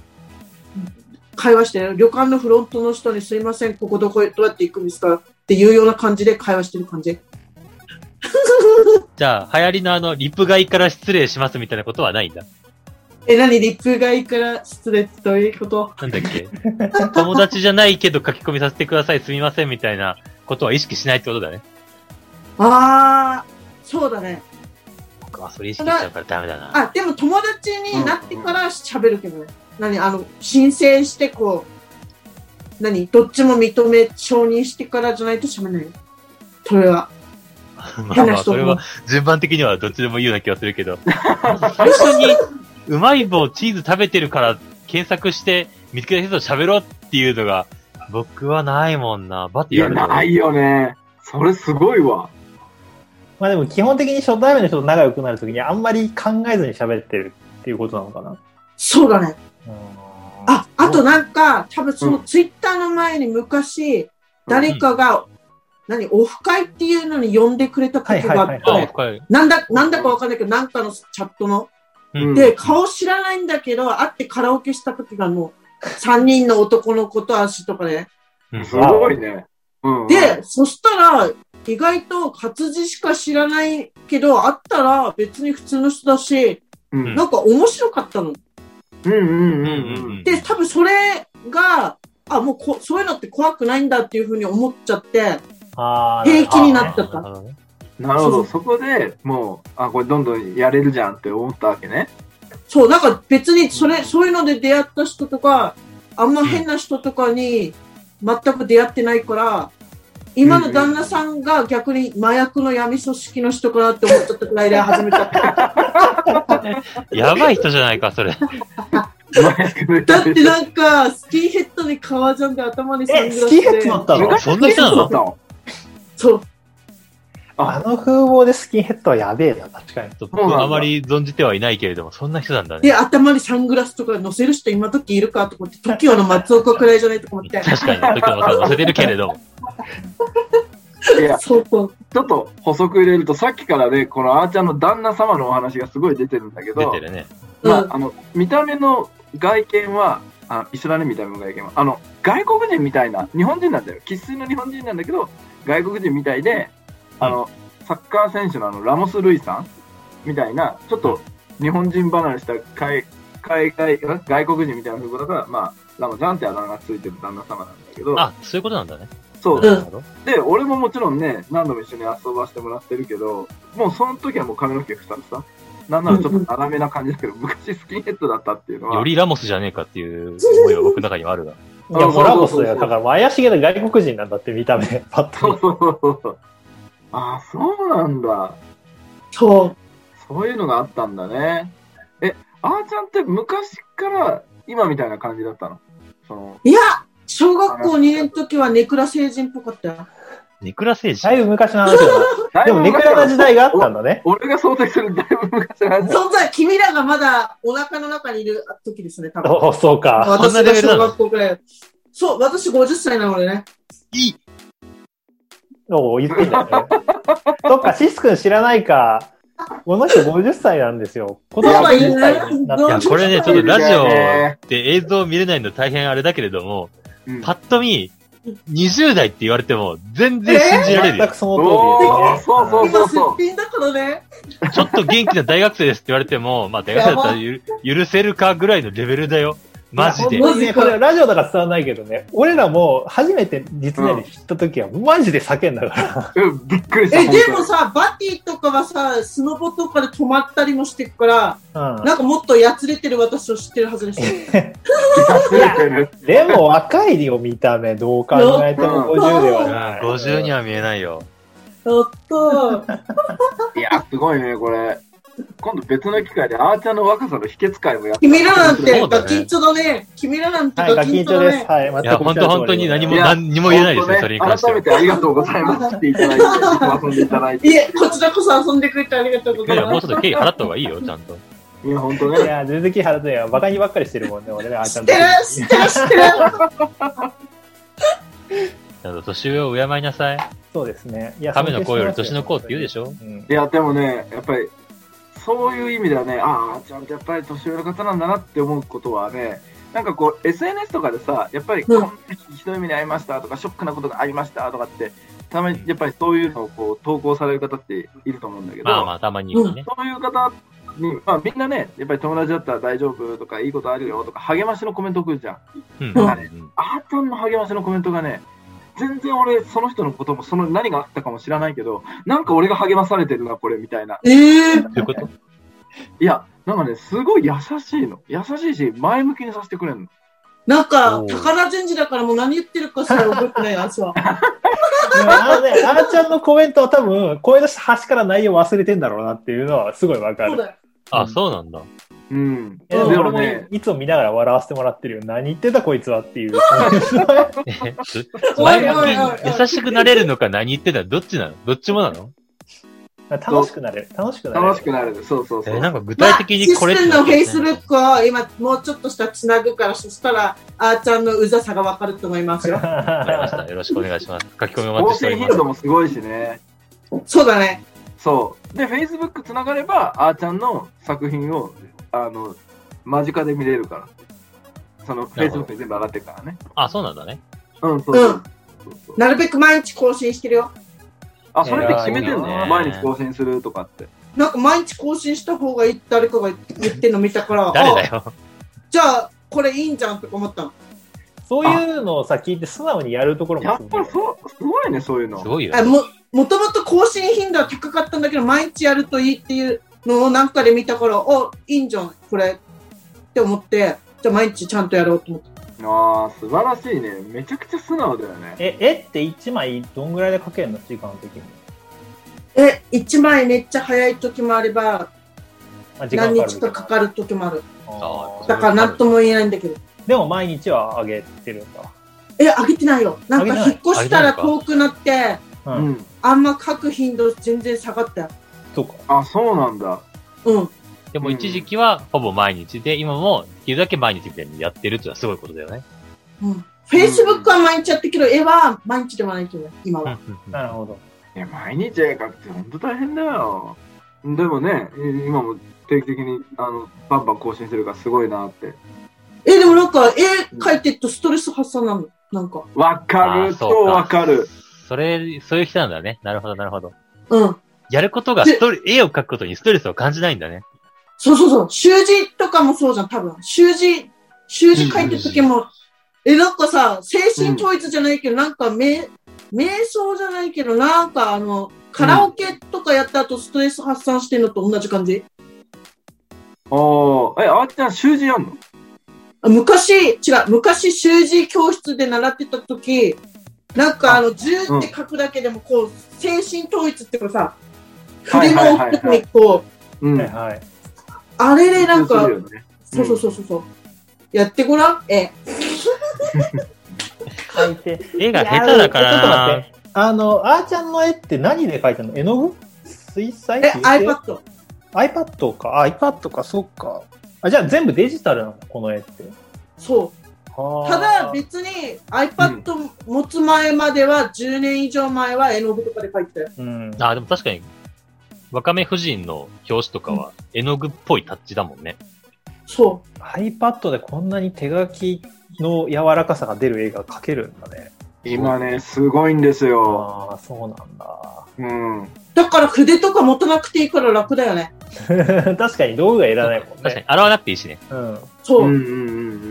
Speaker 4: 会話してる。旅館のフロントの人にすいません、ここどこへ、どうやって行くんですかっていうような感じで会話してる感じ。
Speaker 2: じゃあ、流行りのあの、リプ買いから失礼しますみたいなことはないんだ。
Speaker 4: え、何、リップがいくら失礼ってどういうこと
Speaker 2: なんだっけ友達じゃないけど書き込みさせてください、すみませんみたいなことは意識しないってことだね。
Speaker 4: あー、そうだね。
Speaker 2: 僕はそれ意識しちゃうからダメだな。
Speaker 4: あ、でも友達になってから喋るけどね。何あの、申請してこう、何どっちも認め、承認してからじゃないと喋れないよ。それは。
Speaker 2: まあ
Speaker 4: 変な
Speaker 2: まあ、
Speaker 4: 人
Speaker 2: それ
Speaker 4: も
Speaker 2: は。順番的にはどっちでもいいような気がするけど。最初に、うまい棒チーズ食べてるから検索して見つけた人と喋ろうっていうのが、僕はないもんな。バって
Speaker 1: い
Speaker 2: 言わ
Speaker 1: や、
Speaker 2: れると
Speaker 1: ないよね。それすごいわ。
Speaker 3: まあでも基本的に初対面の人と仲良くなるときにあんまり考えずに喋ってるっていうことなのかな。
Speaker 4: そうだね。
Speaker 3: うん
Speaker 4: あ、あとなんか、多分そうのツイッターの前に昔、誰かが、何、オフ会っていうのに呼んでくれた時があって、
Speaker 3: はいはいはいは
Speaker 2: あ、深い。
Speaker 4: なんだ、なんだかわかんないけど、なんかのチャットの、
Speaker 2: うん
Speaker 4: で、顔知らないんだけど、会ってカラオケした時がもう、3人の男の子と足とかね。
Speaker 2: うん
Speaker 1: すごいね。うん、
Speaker 4: で、そしたら、意外と活字しか知らないけど、会ったら別に普通の人だし、
Speaker 1: うん、うん
Speaker 4: なんか面白かったの。
Speaker 1: うん
Speaker 2: う
Speaker 1: うんんうん。
Speaker 4: で、多分それが、あ、もうこそういうのって怖くないんだっていうふうに思っちゃって、
Speaker 3: あー
Speaker 4: 平気になっちゃっ
Speaker 2: なる
Speaker 4: た。
Speaker 2: ほどね
Speaker 1: なるほ
Speaker 4: そ
Speaker 1: ど、
Speaker 4: う
Speaker 1: そこでもう、あ、これどんどんやれるじゃんって思ったわけね。
Speaker 4: そう、なんか別にそれ、そういうので出会った人とか、あんま変な人とかに全く出会ってないから、今の旦那さんが逆に麻薬の闇組織の人かなって思っちゃったくらいで始めちゃ った。
Speaker 2: やばい人じゃないか、それ。
Speaker 4: だってなんか、スキンヘッドに革ジャンで頭にサン
Speaker 3: え、
Speaker 4: グラ
Speaker 3: ス
Speaker 4: ス
Speaker 3: キーヘッド
Speaker 4: で
Speaker 3: だったの
Speaker 1: 昔
Speaker 2: そんな人なの
Speaker 1: だったの
Speaker 4: そう。
Speaker 3: あの風貌でスキンヘッドはやべえな、確かに。
Speaker 2: ちょ
Speaker 1: そ
Speaker 2: っ
Speaker 1: うなん
Speaker 2: と
Speaker 1: だ
Speaker 2: あまり存じてはいないけれども、そんな人なんだね
Speaker 4: で、。頭にサングラスとか乗せる人今時いるかとか思って、TOKIO の松岡くらいじゃないとか思って。
Speaker 2: 確かに、時の顔乗せてるけれども。
Speaker 1: いや、
Speaker 4: そうそう。
Speaker 1: ちょっと補足入れると、さっきからね、このあーちゃんの旦那様のお話がすごい出てるんだけ
Speaker 2: 出
Speaker 1: ど
Speaker 2: て、るね。
Speaker 4: うん
Speaker 1: まあ、あの、見た目の外見は、あの一緒だね、見た目の外見は。あの、外国人みたいな、日本人なんだよ。生粋の日本人なんだけど、外国人みたいで、あの、サッカー選手のあの、ラモス・ルイさんみたいな、ちょっと日本人離れした海海外、ん外国人みたいなところだから、まあ、ラモちゃんってあだ名がついてる旦那様なんだけど、
Speaker 2: あ、そういうことなんだね。
Speaker 1: そう、
Speaker 4: うん
Speaker 2: なるほど
Speaker 1: で、俺ももちろんね、何度も一緒に遊ばせてもらってるけど、もうその時はもう髪の毛ふさふさ。なんならちょっと斜めな感じだけど、昔スキンヘッドだったっていうのは。
Speaker 2: よりラモスじゃねえかっていう思いは僕の中にはあるが。
Speaker 3: いや、もうラボスだよ。
Speaker 1: そうそうそう
Speaker 3: だから、怪しげな外国人なんだって見た目、パッ
Speaker 1: そう
Speaker 3: と。
Speaker 1: そうそうそう。 ああ、そうなんだ。
Speaker 4: そう。
Speaker 1: そういうのがあったんだね。え、あーちゃんって昔から今みたいな感じだったのその、
Speaker 4: いや、小学校2年の時はネクラ成人っぽかったよ。
Speaker 2: ネクラ星人
Speaker 3: だいぶ昔の話だ な。でも、ネクラな時代があったんだね。
Speaker 1: 俺が想定するだいぶ昔の話だ。
Speaker 4: そんな、君らがまだお腹の中にいる時ですね、多分。
Speaker 3: おそうか。
Speaker 2: そん
Speaker 4: 私
Speaker 2: なレ
Speaker 4: が
Speaker 2: ベルな
Speaker 4: 小
Speaker 2: の
Speaker 4: 学校くらい。そう、私50歳なのでね。
Speaker 2: いい
Speaker 3: お言ってんだよね。 そっか、シス君知らないか。この人50歳なんですよ。今年は50歳になっ
Speaker 2: いや、
Speaker 3: て
Speaker 2: これね、ち
Speaker 1: そう
Speaker 2: ょ
Speaker 1: なんだ
Speaker 2: っとラジ
Speaker 1: よね
Speaker 2: オで映像見れないの大変あれだけれども、
Speaker 1: うん
Speaker 2: パッと見、20代って言われても、全然信じられる
Speaker 3: 全
Speaker 2: よ。
Speaker 3: くその通り
Speaker 1: おー
Speaker 3: ですね。
Speaker 1: そうそう
Speaker 4: 今すっぴんだからね。
Speaker 2: ちょっと元気な大学生ですって言われても、まあ大学生だったらゆ許せるかぐらいのレベルだよ。マジで
Speaker 3: いや。本当にね、これラジオだから伝わらないけどね、俺らも初めて実年で知った時は、マジで叫んだから。
Speaker 1: うん、びっくりした。
Speaker 4: え、でも
Speaker 1: 本
Speaker 4: さ、バティとかはさ、スノボとかで止まったりもしてるから、
Speaker 3: うん
Speaker 4: なんかもっとやつれてる私を知ってるはずですよ。
Speaker 1: 当に忘れてる
Speaker 3: でも若いよ、見た目。どう考えても50ではない。
Speaker 2: 50には見えないよ。
Speaker 4: やった
Speaker 1: いや、すごいね、これ。今度別の機会で、あーちゃんの若さの秘訣会もやって
Speaker 4: 君らなんて
Speaker 2: そうだね
Speaker 4: ガキンチョだね。君らなんて
Speaker 3: はい、
Speaker 4: ガ
Speaker 3: ガ
Speaker 4: キ
Speaker 3: キ
Speaker 4: ン
Speaker 3: ン
Speaker 4: チ
Speaker 3: チ
Speaker 4: ョ
Speaker 3: ョ
Speaker 4: だ
Speaker 3: で
Speaker 4: ね
Speaker 3: す。。はい、全く
Speaker 2: いや、本当本当に何も、
Speaker 1: いや
Speaker 2: 何にも言えないですね、それに関して
Speaker 1: 改め
Speaker 2: は。
Speaker 1: てありがとうございます。来ていただいて、遊んでい ただいて。
Speaker 4: いえ、こちらこそ遊んでくれてありがとうござ
Speaker 2: い
Speaker 4: い
Speaker 2: や、もう
Speaker 4: ます
Speaker 2: ちょ。っと経費払った方がいいよ、ちゃんと。
Speaker 1: いや、本当
Speaker 3: い
Speaker 1: ね。
Speaker 3: や、全然気払ってないよ。バカにばっかりしてるもんね、俺ら。あーち
Speaker 4: 知
Speaker 3: ゃ
Speaker 4: っ
Speaker 3: ん
Speaker 4: て
Speaker 3: と
Speaker 4: る知ってる知ってる
Speaker 2: あの年上を敬いなさい。
Speaker 3: そうですね。いや、
Speaker 2: 亀の子より年の子って言うでしょ
Speaker 3: うん
Speaker 1: いや、でもね、やっぱり、そういう意味ではね、ああ、ちゃんとやっぱり年上の方なんだなって思うことはね、なんかこう、SNS とかでさ、やっぱり、
Speaker 4: うん
Speaker 1: こんなひどい目に遭いましたとか、ショックなことがありましたとかって、たまに、やっぱりそういうのをこう投稿される方っていると思うんだけど、
Speaker 2: まあまあ、たまに言うね。
Speaker 1: そういう方に、まあ、みんなね、やっぱり友達だったら大丈夫とか、いいことあるよとか、励ましのコメント来るじゃん。
Speaker 2: うん。
Speaker 4: うん
Speaker 2: うん
Speaker 1: あーちゃんの励ましのコメントがね、全然俺、その人のことも、その何があったかも知らないけど、なんか俺が励まされてるな、これ、みたいな。
Speaker 4: ええ
Speaker 2: どういうこと
Speaker 1: いや、なんかね、すごい優しいの。優しいし、前向きにさせてくれるの。
Speaker 4: なんか
Speaker 2: お、う
Speaker 4: 宝順次だからもう何言ってるかしら覚えてな いやつは。
Speaker 3: あのね、あーちゃんのコメントは多分、声出した端から内容忘れてんだろうなっていうのはすごいわか
Speaker 4: そう
Speaker 3: る。
Speaker 4: だよ。
Speaker 2: あ、そうなんだ。
Speaker 1: うん。
Speaker 3: え
Speaker 1: で
Speaker 3: でも
Speaker 1: も
Speaker 3: 俺も
Speaker 1: ね、
Speaker 3: いつも見ながら笑わせてもらってるよ。何言ってたこいつはっていう。
Speaker 2: えす
Speaker 4: おいお
Speaker 2: 前
Speaker 4: いおいお
Speaker 2: 向き優しくなれるのか何言ってたのどっちなのどっちもなの
Speaker 3: 楽しくなれる。楽しくなれる。
Speaker 1: 楽しくなる。そうそう
Speaker 2: え
Speaker 1: そう。
Speaker 2: なんか具体的にこれ
Speaker 4: ま
Speaker 2: っ
Speaker 4: あ
Speaker 2: て
Speaker 4: システ
Speaker 2: な
Speaker 4: ムの
Speaker 2: ん
Speaker 4: フ
Speaker 2: か
Speaker 4: ェ
Speaker 2: ね
Speaker 4: イスブックを今、もうちょっとしたらつなぐから、そしたら、あーちゃんのうざさがわかると思いますよ。
Speaker 2: わかりました。よろしくお願いします。書き込みお待
Speaker 1: 更
Speaker 2: ちしてお
Speaker 1: 新
Speaker 2: りま
Speaker 1: 頻
Speaker 2: す
Speaker 1: 度。もすごいしね。
Speaker 4: そうだね。
Speaker 1: そう。で、Facebook つながれば、あーちゃんの作品をあの、間近で見れるから。その、フェイスブックに全部上がってるからね。
Speaker 2: あ、そうなんだね。
Speaker 1: うん、そう
Speaker 4: う
Speaker 1: そ
Speaker 4: ん
Speaker 1: う。そうそう
Speaker 4: なるべく毎日更新してるよ。
Speaker 1: あ、それって決めてん
Speaker 2: 偉いね
Speaker 1: の毎日更新するとかって。
Speaker 4: なんか毎日更新した方がいいって誰かが言ってんの見たから、
Speaker 2: 誰だ
Speaker 4: あ
Speaker 2: よ。
Speaker 4: じゃあこれいいんじゃんとか思ったの。
Speaker 3: そういうのをさ、聞いて素直にやるところ
Speaker 1: や
Speaker 3: も
Speaker 1: っ
Speaker 3: すご
Speaker 1: ぱ
Speaker 3: い
Speaker 1: りそう、すごいね、そういうの。
Speaker 2: すごいよ
Speaker 4: あ。ももともと更新頻度は高かったんだけど、毎日やるといいっていうのをなんかで見たから、おいいんじゃん、これって思って、じゃあ毎日ちゃんとやろうと思って。
Speaker 1: ああ、素晴らしいね。めちゃくちゃ素直だよね。
Speaker 3: え、絵って1枚どんぐらいで描けるの時間的に。
Speaker 4: え、1枚めっちゃ早い時もあれば、
Speaker 3: まあ、時間
Speaker 4: 何
Speaker 3: かかる
Speaker 4: 日
Speaker 3: けど
Speaker 4: かかかる時もある。
Speaker 3: あー
Speaker 4: だから何とも言えないんだけど。
Speaker 3: でも毎日はあげてるんだ。
Speaker 4: え、あげてないよ。な
Speaker 3: あ
Speaker 4: んか
Speaker 3: げてない
Speaker 4: 引っ越したら
Speaker 2: あげてない
Speaker 4: 遠くなって、
Speaker 3: う。
Speaker 1: うんん。
Speaker 4: あんま書く頻度全然下がったよ。
Speaker 3: そうか。
Speaker 1: あ、そうなんだ。
Speaker 4: うん。
Speaker 2: でも一時期はほぼ毎日で、今もできるだけ毎日みたいにやってるってのはすごいことだよね。
Speaker 4: うん。Facebook は毎日やってるけど、絵は毎日ではないけど、今は。
Speaker 3: なるほど。
Speaker 1: いや、毎日絵描くって本当大変だよ。でもね、今も定期的にあのバンバン更新してるからすごいなって。
Speaker 4: え、でもなんか絵描いてるとストレス発散なの。なんか。
Speaker 1: わか
Speaker 2: あー
Speaker 1: る、
Speaker 2: そ
Speaker 1: 超
Speaker 2: うか
Speaker 1: わかる。
Speaker 2: それ、そういう人なんだね。なるほど、なるほど。
Speaker 4: うん。
Speaker 2: やることがス トレ、絵を描くことにストレスを感じないんだね。
Speaker 4: そうそうそう。習字とかもそうじゃん、多分。習字、習字書いてる時も、え、なんかさ、精神統一じゃないけど、なんか、め、瞑想じゃないけど、なんかあの、カラオケとかやった後ストレス発散してるのと同じ感じ。
Speaker 1: おー、え、あーちゃん、習字やんの
Speaker 4: あ昔、違う、昔習字教室で習ってた時、なんかあの、十
Speaker 1: うん
Speaker 4: って書くだけでも、こう、精神統一っていうかさ、
Speaker 1: はい
Speaker 4: 筆の
Speaker 1: はいはいはい
Speaker 4: 奥にこう、
Speaker 1: うん。
Speaker 3: はいはい。
Speaker 4: あれでなんか
Speaker 1: そうする、よね
Speaker 4: そうそうそうそう。やってごらん、え。
Speaker 3: 描いて。
Speaker 2: 絵が下手だか
Speaker 3: ちょっと待っ
Speaker 2: ら
Speaker 3: て。あの、あーちゃんの絵って何で描いてるの絵の具水彩
Speaker 4: え、iPad。
Speaker 3: iPad か。あ、iPad か、そっか。あ、じゃあ全部デジタルなんだ、この絵って。
Speaker 4: そう。た
Speaker 3: た
Speaker 4: だ別に iPad 持つ前までは10年以上前は絵の具とかで描いてたよ。
Speaker 3: うん。
Speaker 2: あ、でも確かに、わかめ夫人の表紙とかは、絵の具っぽいタッチだもんね。
Speaker 4: そ
Speaker 3: iPad でこんなに手書きの柔らかさが出る絵が描けるんだね。
Speaker 1: 今ね、すごいんですよ。
Speaker 3: ああ、そうなんだ。
Speaker 1: うん。
Speaker 4: う。だから筆とか持たなくていいから楽だよね。
Speaker 3: 確かに道具がいらないもん
Speaker 2: 確かに
Speaker 3: ね。、
Speaker 2: 洗わなくていいしね。
Speaker 3: うん。
Speaker 1: う
Speaker 4: そ
Speaker 1: んう
Speaker 4: う。
Speaker 1: んう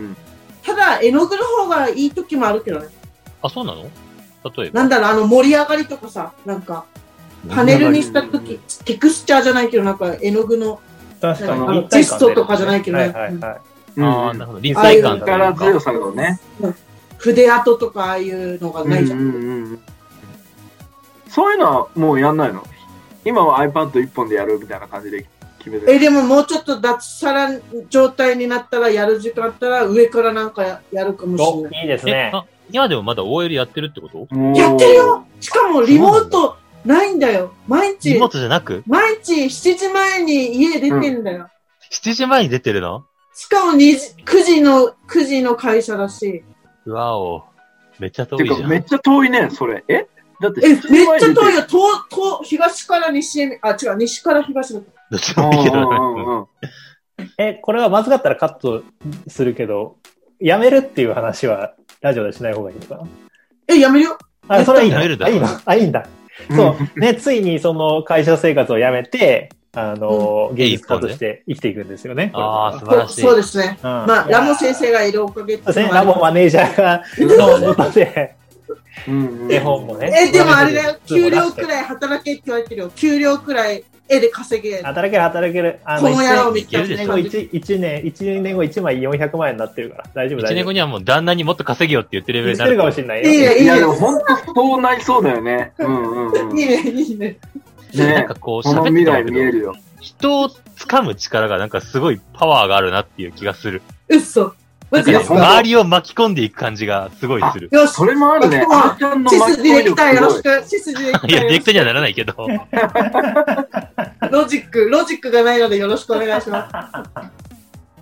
Speaker 1: ん
Speaker 4: ただ絵の具の方がいい時もあるけどね。
Speaker 2: あ、そうなの例えば。
Speaker 4: なんだろう、あの盛り上がりとかさ、なんか
Speaker 1: うん。
Speaker 4: パネルにした
Speaker 1: うんうんうん
Speaker 4: 時、テクスチャーじゃないけどなんか絵の具の。
Speaker 3: 確か
Speaker 1: あの
Speaker 3: に。
Speaker 4: テストとかじゃないけど
Speaker 3: は
Speaker 4: ね
Speaker 3: いはいはい。
Speaker 2: ああ、
Speaker 1: うん
Speaker 2: なるほど。立体感という
Speaker 1: 力
Speaker 2: か。
Speaker 1: 強さがね。
Speaker 4: 筆跡とかああいうのがないじゃん。
Speaker 1: うんうんうんそういうのはもうやんないの今は iPad 一本でやるみたいな感じで決めてる。
Speaker 4: え、でももうちょっと脱サラ状態になったらやる時間あったら上からなんかややるかもしれな
Speaker 3: お。
Speaker 4: い
Speaker 3: いいです
Speaker 2: え
Speaker 3: ね、。
Speaker 2: あ今でもまだ OL やってるってこと
Speaker 1: もう
Speaker 4: やってるよしかもリモートないんだよ。毎
Speaker 2: リ
Speaker 4: 日
Speaker 2: モー、トじゃなく
Speaker 4: 毎日7時前に家出てんだよ。
Speaker 2: ?7 時前に出てるの
Speaker 4: しかも2時9時の、9時の会社だし。
Speaker 2: うわお。めっちゃ遠
Speaker 1: て
Speaker 2: いじ
Speaker 1: か
Speaker 2: ゃ
Speaker 1: め
Speaker 2: ん
Speaker 1: っ。ちゃ遠いね、それ。えだって
Speaker 4: え、めっ
Speaker 1: 7時前
Speaker 4: ちゃ
Speaker 1: に
Speaker 4: 遠いよ。東、東、東から西へ、あ、違う、西から東だ。
Speaker 2: どっちもいいけど
Speaker 1: うんうん
Speaker 2: ね。
Speaker 1: うんうん
Speaker 3: え、これはまずかったらカットするけど、やめるっていう話はラジオでしない方がいいのかな
Speaker 4: え、やめるよ。
Speaker 3: あ、それはいいん
Speaker 2: や
Speaker 3: だ。
Speaker 2: めるんだ
Speaker 3: あ、いいのあ、いいんだ。 そう。ね、ついにその会社生活をやめて、あの、芸術家として生きていくんですよね。
Speaker 2: ああ、
Speaker 3: こ
Speaker 2: 素晴らしい。
Speaker 4: そうそうですね。
Speaker 3: れはうん
Speaker 4: まあ、
Speaker 3: いや
Speaker 4: ラモ先生がいるおかげって
Speaker 3: そうです
Speaker 4: いう
Speaker 3: ね。
Speaker 4: のは
Speaker 3: ラボマネージャーが、そう、元で、
Speaker 1: うんうん
Speaker 3: 絵本もね。
Speaker 4: え、でもあれだよ。給料く
Speaker 3: い。
Speaker 4: らい働けって言われてるよ。給料くらい絵で稼げ。
Speaker 3: 働ける、働ける。あ
Speaker 4: この野郎
Speaker 3: 一
Speaker 4: みた
Speaker 2: い
Speaker 4: い
Speaker 2: けるで
Speaker 4: な
Speaker 2: し
Speaker 3: 年
Speaker 2: ょ
Speaker 3: 後
Speaker 4: 感じ。
Speaker 3: 一一年、一年後1枚400万円になってるから。大丈夫、
Speaker 2: 1
Speaker 3: 大丈
Speaker 2: 年
Speaker 3: 夫
Speaker 2: 後。にはもう旦那にもっと稼げよって言ってるレベル
Speaker 3: 言
Speaker 2: に
Speaker 3: っ
Speaker 2: なる
Speaker 3: てる
Speaker 2: か。
Speaker 3: からもしれない
Speaker 4: いい
Speaker 3: よ。
Speaker 4: ね、い
Speaker 1: い
Speaker 4: い
Speaker 1: や、
Speaker 4: ね
Speaker 1: で。も本当そうなりそうだよね。うんうんうん。
Speaker 4: いい
Speaker 1: ね
Speaker 4: ね、いいね。
Speaker 2: なんかこう、
Speaker 1: この
Speaker 2: 喋っ
Speaker 1: 未
Speaker 2: てた
Speaker 1: 来
Speaker 2: んだ
Speaker 1: 見え
Speaker 2: けど、
Speaker 1: るよ。
Speaker 2: 人を掴む力がなんかすごいパワーがあるなっていう気がする。
Speaker 4: 嘘。マジ
Speaker 1: い
Speaker 4: で
Speaker 1: や
Speaker 4: す
Speaker 1: ほん
Speaker 4: か
Speaker 1: ま
Speaker 2: 周りを巻き込んでいく感じがすごいする。
Speaker 4: よし、
Speaker 1: それもあるね。
Speaker 4: あ
Speaker 1: あーちゃんの
Speaker 4: シス
Speaker 1: 巻
Speaker 4: デ
Speaker 1: き
Speaker 4: ィ
Speaker 1: 込
Speaker 4: レ
Speaker 1: み
Speaker 4: クター
Speaker 1: 力す
Speaker 4: よろ
Speaker 1: ご
Speaker 4: し
Speaker 1: い。
Speaker 4: く。シスディレクタ
Speaker 2: いや、デ
Speaker 4: ーよ
Speaker 2: ィレ
Speaker 4: ろ
Speaker 2: クターにはならないけ ど。
Speaker 4: しく。ロジック、ロジックがないのでよろしくお願いします。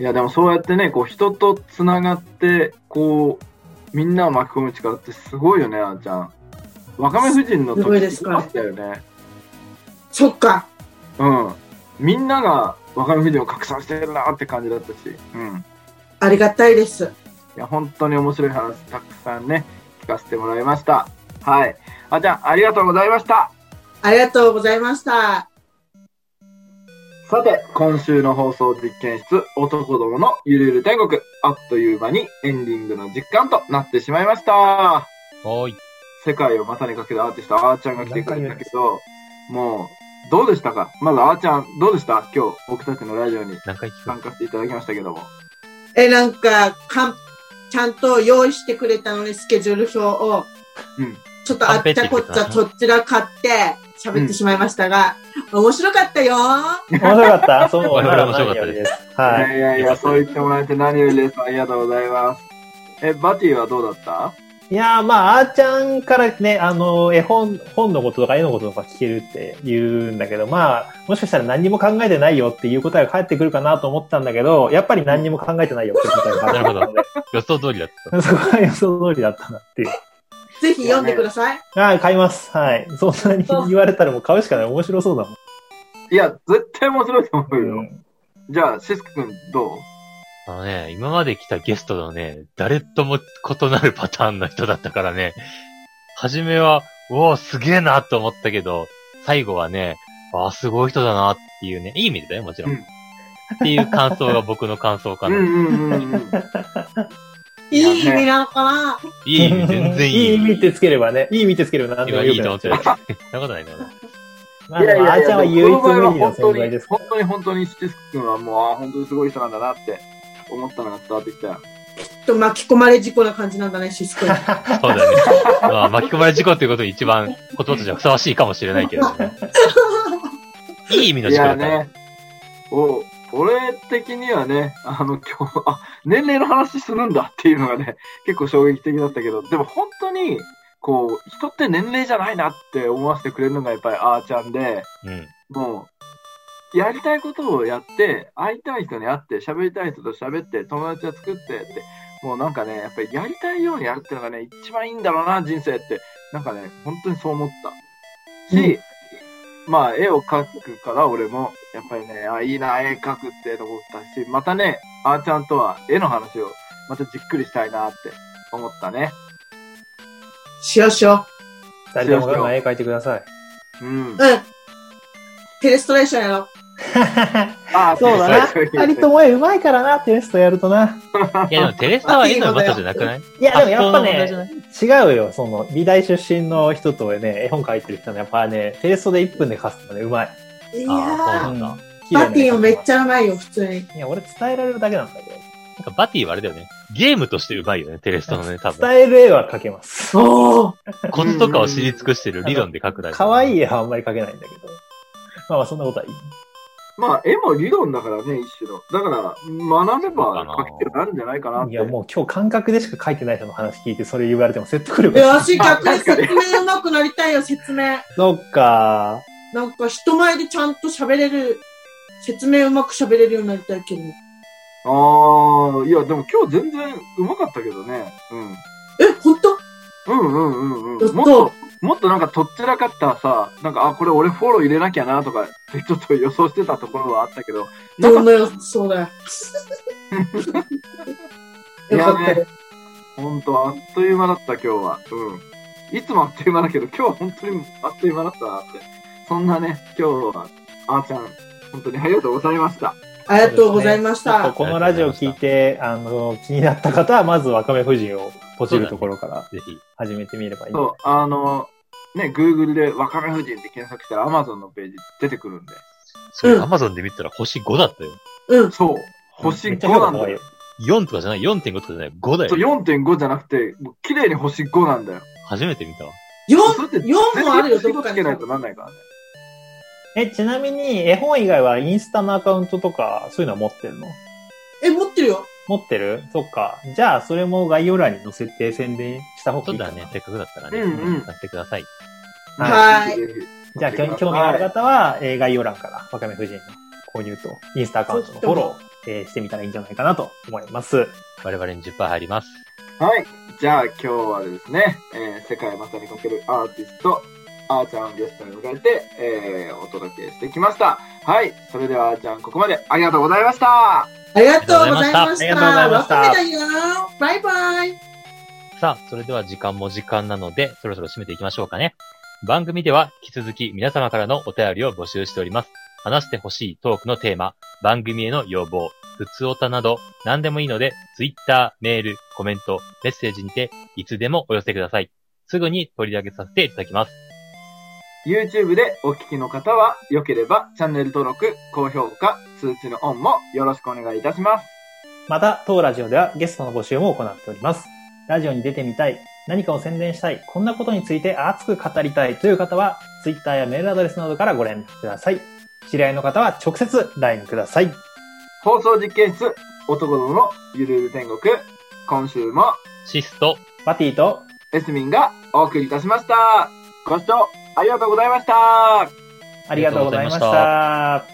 Speaker 1: いや、でもそうやってね、こう人とつながって、こう、みんなを巻き込む力ってすごいよね、あーちゃん。若め夫人の
Speaker 4: すごい
Speaker 1: 時
Speaker 4: ですか
Speaker 1: あったよね。
Speaker 4: そっか。
Speaker 1: うん。みんなが若者ビデオ拡散してるなって感じだったし、うん。い
Speaker 4: ありがたいです。
Speaker 1: や、本当に面白い話たくさんね、聞かせてもらいました。はい。あちゃん、ありがとうございました。
Speaker 4: ありがとうございました。
Speaker 1: さて、今週の放送実験室、男どものゆるゆる天国、あっという間にエンディングの時間となってしまいました。
Speaker 2: おーい。
Speaker 1: 世界を股にかけるアーティスト、あーちゃんが来てくれたけど、もう、どうでしたかまずあーちゃん、どうでした今日、僕たちのラジオに
Speaker 2: 何回聞く
Speaker 1: 参加していただきましたけども。
Speaker 4: え、なんか、かん、ちゃんと用意してくれたのに、スケジュール表を、
Speaker 1: うん
Speaker 4: ちょっとあっちゃこっちゃ、とっちら買って、喋ってしまいましたが、面白かったよ
Speaker 3: 面白かったそう、
Speaker 2: 我々面白かったです
Speaker 3: 何よりです。は
Speaker 1: い、や
Speaker 3: い
Speaker 1: いやいや、そう言ってもらえて何よりです。ありがとうございます。え、バティはどうだった
Speaker 3: いやー、まあ、あーちゃんからね、あの、絵本、本のこととか絵のこととか聞けるって言うんだけど、まあ、もしかしたら何にも考えてないよっていう答えが返ってくるかなと思ったんだけど、やっぱり何にも考えてないよって答えが返ってくるので、
Speaker 2: 予想通りだった。
Speaker 3: そこが予想通りだったなっていう。
Speaker 4: ぜひ読んでください。
Speaker 3: はい、買います。はい。そんなに言われたらもう買うしかない。面白そうだもん。
Speaker 1: いや、絶対面白いと思う
Speaker 3: う
Speaker 1: よ。
Speaker 3: ん
Speaker 1: じゃあ、シスク君どう
Speaker 2: あのね、今まで来たゲストのね、誰とも異なるパターンの人だったからね、初めは、おお、すげえなと思ったけど、最後はね、ああ、すごい人だなっていうね、いい意味でだよ、もちろん。
Speaker 1: うん
Speaker 2: っていう感想が僕の感想か
Speaker 1: うん
Speaker 2: な。
Speaker 1: うん うんうん。
Speaker 4: いい意味なのかない
Speaker 2: い意味、全然いい。
Speaker 3: いい意味ってつければね。いい意味ってつければ何でも
Speaker 2: 今い
Speaker 3: よ
Speaker 2: い
Speaker 3: く
Speaker 2: と
Speaker 3: な
Speaker 2: 思
Speaker 3: っ
Speaker 2: っ
Speaker 3: ち
Speaker 2: て
Speaker 3: ゃ
Speaker 2: る。
Speaker 3: う。
Speaker 2: そんなことないな。
Speaker 3: まあ、でもあーちゃんは唯一無二の
Speaker 1: 本
Speaker 3: 存
Speaker 1: 当
Speaker 3: 在
Speaker 1: に、
Speaker 3: ですか
Speaker 1: 本
Speaker 3: ら。
Speaker 1: 当に本当にシスク君はもう、あー本当にすごい人なんだなって思ったのが伝わってきたよ。
Speaker 4: ちょっと巻き込まれ事故な感じなんだね、シス君。
Speaker 2: そうだね。まあ、巻き込まれ事故っていうことに一番言葉としてはふさわしいかもしれないけどね。いい意味の
Speaker 1: い
Speaker 2: 事故だ
Speaker 1: や
Speaker 2: った。
Speaker 1: ね、お俺的にはね、あの、今日、あ、年齢の話するんだっていうのがね、結構衝撃的だったけど、でも本当に、こう、人って年齢じゃないなって思わせてくれるのがやっぱりあーちゃんで、
Speaker 2: うん。
Speaker 1: もう、やりたいことをやって、会いたい人に会って、喋りたい人と喋って、友達を作ってって、もうなんかね、やっぱりやりたいようにやるっていうのがね、一番いいんだろうな、人生って。なんかね、本当にそう思った。し、まあ、絵を描くから俺も、やっぱりね、あ、いいな、絵描くって思ったし、またね、あーちゃんとは絵の話を、またじっくりしたいなって思ったね。
Speaker 4: しようしよ
Speaker 3: 誰でもがんがん絵描いてください。
Speaker 1: うん
Speaker 4: う。。うん。テレストレーションやろう。
Speaker 1: あー
Speaker 3: そうだな。
Speaker 1: そういう
Speaker 3: 二人とも絵うまいからな、テレストやるとな。
Speaker 2: いや、でもテレサは絵のバトじゃなくない
Speaker 3: いや、でもや
Speaker 2: 発想の
Speaker 3: っぱ
Speaker 2: 問題
Speaker 3: ね
Speaker 2: じゃ、ない
Speaker 3: 違うよ。その、美大出身の人とね、絵本描いてる人はね、やっぱね、テレストで1分で描すのね、うまい。
Speaker 4: いや
Speaker 2: あー、
Speaker 4: ー
Speaker 2: そうなんだ。
Speaker 3: うん
Speaker 4: パティもめっち
Speaker 3: ゃ。
Speaker 4: ゃうまいよ、普通に。
Speaker 3: いや、俺伝えられるだけなんだけど。
Speaker 2: なんかバティはあれだよね。ゲームとしてうまいよね、テレストのね、多分。
Speaker 3: 伝える絵は描けます。
Speaker 4: おー。
Speaker 2: コツとかを知り尽くしてる理論で書くだけ。
Speaker 3: 可愛い
Speaker 2: い。
Speaker 3: 絵はあんまり描けないんだけど。まあまあ、そんなことはいい。
Speaker 1: まあ、絵も理論だからね、一種の。だから、学べば書けるようになるんじゃないかなって。
Speaker 3: いや、もう今日感覚でしか書いてない人の話聞いて、それ言われても説得力
Speaker 4: いや、
Speaker 3: が。
Speaker 4: 私逆に説明うまくなりたいよ、説明。
Speaker 3: そっか。
Speaker 4: なんか人前でちゃんと喋れる、説明うまく喋れるようになりたいけど。え、
Speaker 1: ああ、いや、でも今日全然うまかったけどね。うん。
Speaker 4: ほんと
Speaker 1: うんうんうん
Speaker 4: や
Speaker 1: うん。
Speaker 4: った
Speaker 1: もっと、もっとなんかとっちらかったさ、なんか、あ、これ俺フォロー入れなきゃなとかってちょっと予想してたところはあったけど、
Speaker 4: どんな予想だよ。
Speaker 1: い
Speaker 4: よ
Speaker 1: や
Speaker 4: か
Speaker 1: ね
Speaker 4: ったよ。
Speaker 1: ほんとあっという間だった今日は。うん。いつもあっという間だけど、今日は本当にあっという間だったなって。そんなね、今日は、あーちゃん、本当にありがとうございました。
Speaker 4: ありがとうございまし
Speaker 3: ちょっと
Speaker 4: た。
Speaker 3: このラジオ聞いて、あの、気になった方は、まずわかめ夫人をポチるところから
Speaker 2: ぜひ。
Speaker 3: 始めてみればいい。
Speaker 1: そう、あの、ね、Google で若め夫人って検索したら Amazon のページ出てくるんで。
Speaker 2: それ、
Speaker 4: うん
Speaker 2: アマゾンで見たら星5だったよ。
Speaker 4: うん。
Speaker 1: そう、星
Speaker 3: めっち
Speaker 1: 5
Speaker 3: ゃ評
Speaker 1: な
Speaker 3: 価
Speaker 1: ん
Speaker 3: 高
Speaker 1: だ
Speaker 3: い
Speaker 1: よ
Speaker 3: よ。。
Speaker 2: 4とかじゃない ?4.5 とかじゃない ?5 だ
Speaker 1: そう
Speaker 2: よ。
Speaker 1: 4.5じゃなくて、もう綺麗に星5なんだよ。
Speaker 2: 初めて見たわ。
Speaker 1: そうやっ
Speaker 4: 4、
Speaker 1: て
Speaker 4: 4もあるよ、
Speaker 1: 全然
Speaker 4: どっか
Speaker 1: つ
Speaker 4: に
Speaker 1: け。ないとなんないからね。
Speaker 3: え、ちなみに、絵本以外はインスタのアカウントとか、そういうのは持ってるの
Speaker 4: え、持ってるよ。
Speaker 3: 持ってるそっか。じゃあ、それも概要欄に載せて宣伝した方が
Speaker 2: そ
Speaker 3: いういかな
Speaker 2: だね。せっかくだったらね。
Speaker 1: うんうん
Speaker 2: やってください。
Speaker 4: はい
Speaker 1: ぜひぜひ
Speaker 3: じゃあ、興味興味のある方は、えー概要欄から、わかめ夫人の購入と、インスタアカウントのフォロー、えーしてみたらいいんじゃないかなと思います。
Speaker 2: 我々に10%入ります。
Speaker 1: はい。じゃあ今日はですね、えー世界をまさにかけるアーティスト、あーちゃんをゲストに迎えて、えーお届けしてきました。はい。それでは、あーちゃん、ここまでありがとうございました。
Speaker 4: ありがとうございました。
Speaker 3: ありがとうございました
Speaker 4: わかめだよ。バイバイ。
Speaker 2: さあ、それでは時間も時間なので、そろそろ締めていきましょうかね。番組では引き続き皆様からのお便りを募集しております。話してほしいトークのテーマ、番組への要望、普通おたなど、何でもいいので、Twitter、メール、コメント、メッセージにて、いつでもお寄せください。すぐに取り上げさせていただきます。
Speaker 1: YouTube でお聞きの方は、良ければチャンネル登録、高評価、通知のオンもよろしくお願いいたします。
Speaker 3: また、当ラジオではゲストの募集も行っております。ラジオに出てみたい、何かを宣伝したい、こんなことについて熱く語りたいという方は、Twitter やメールアドレスなどからご連絡ください。知り合いの方は直接 LINE ください。
Speaker 1: 放送実験室、男どものゆるゆる天国、今週も
Speaker 2: シスト、
Speaker 3: バティと、
Speaker 1: エスミンがお送りいたしました。ご視聴ありがとうございました。
Speaker 3: ありがとうございまし
Speaker 2: ありがとうござ
Speaker 3: た。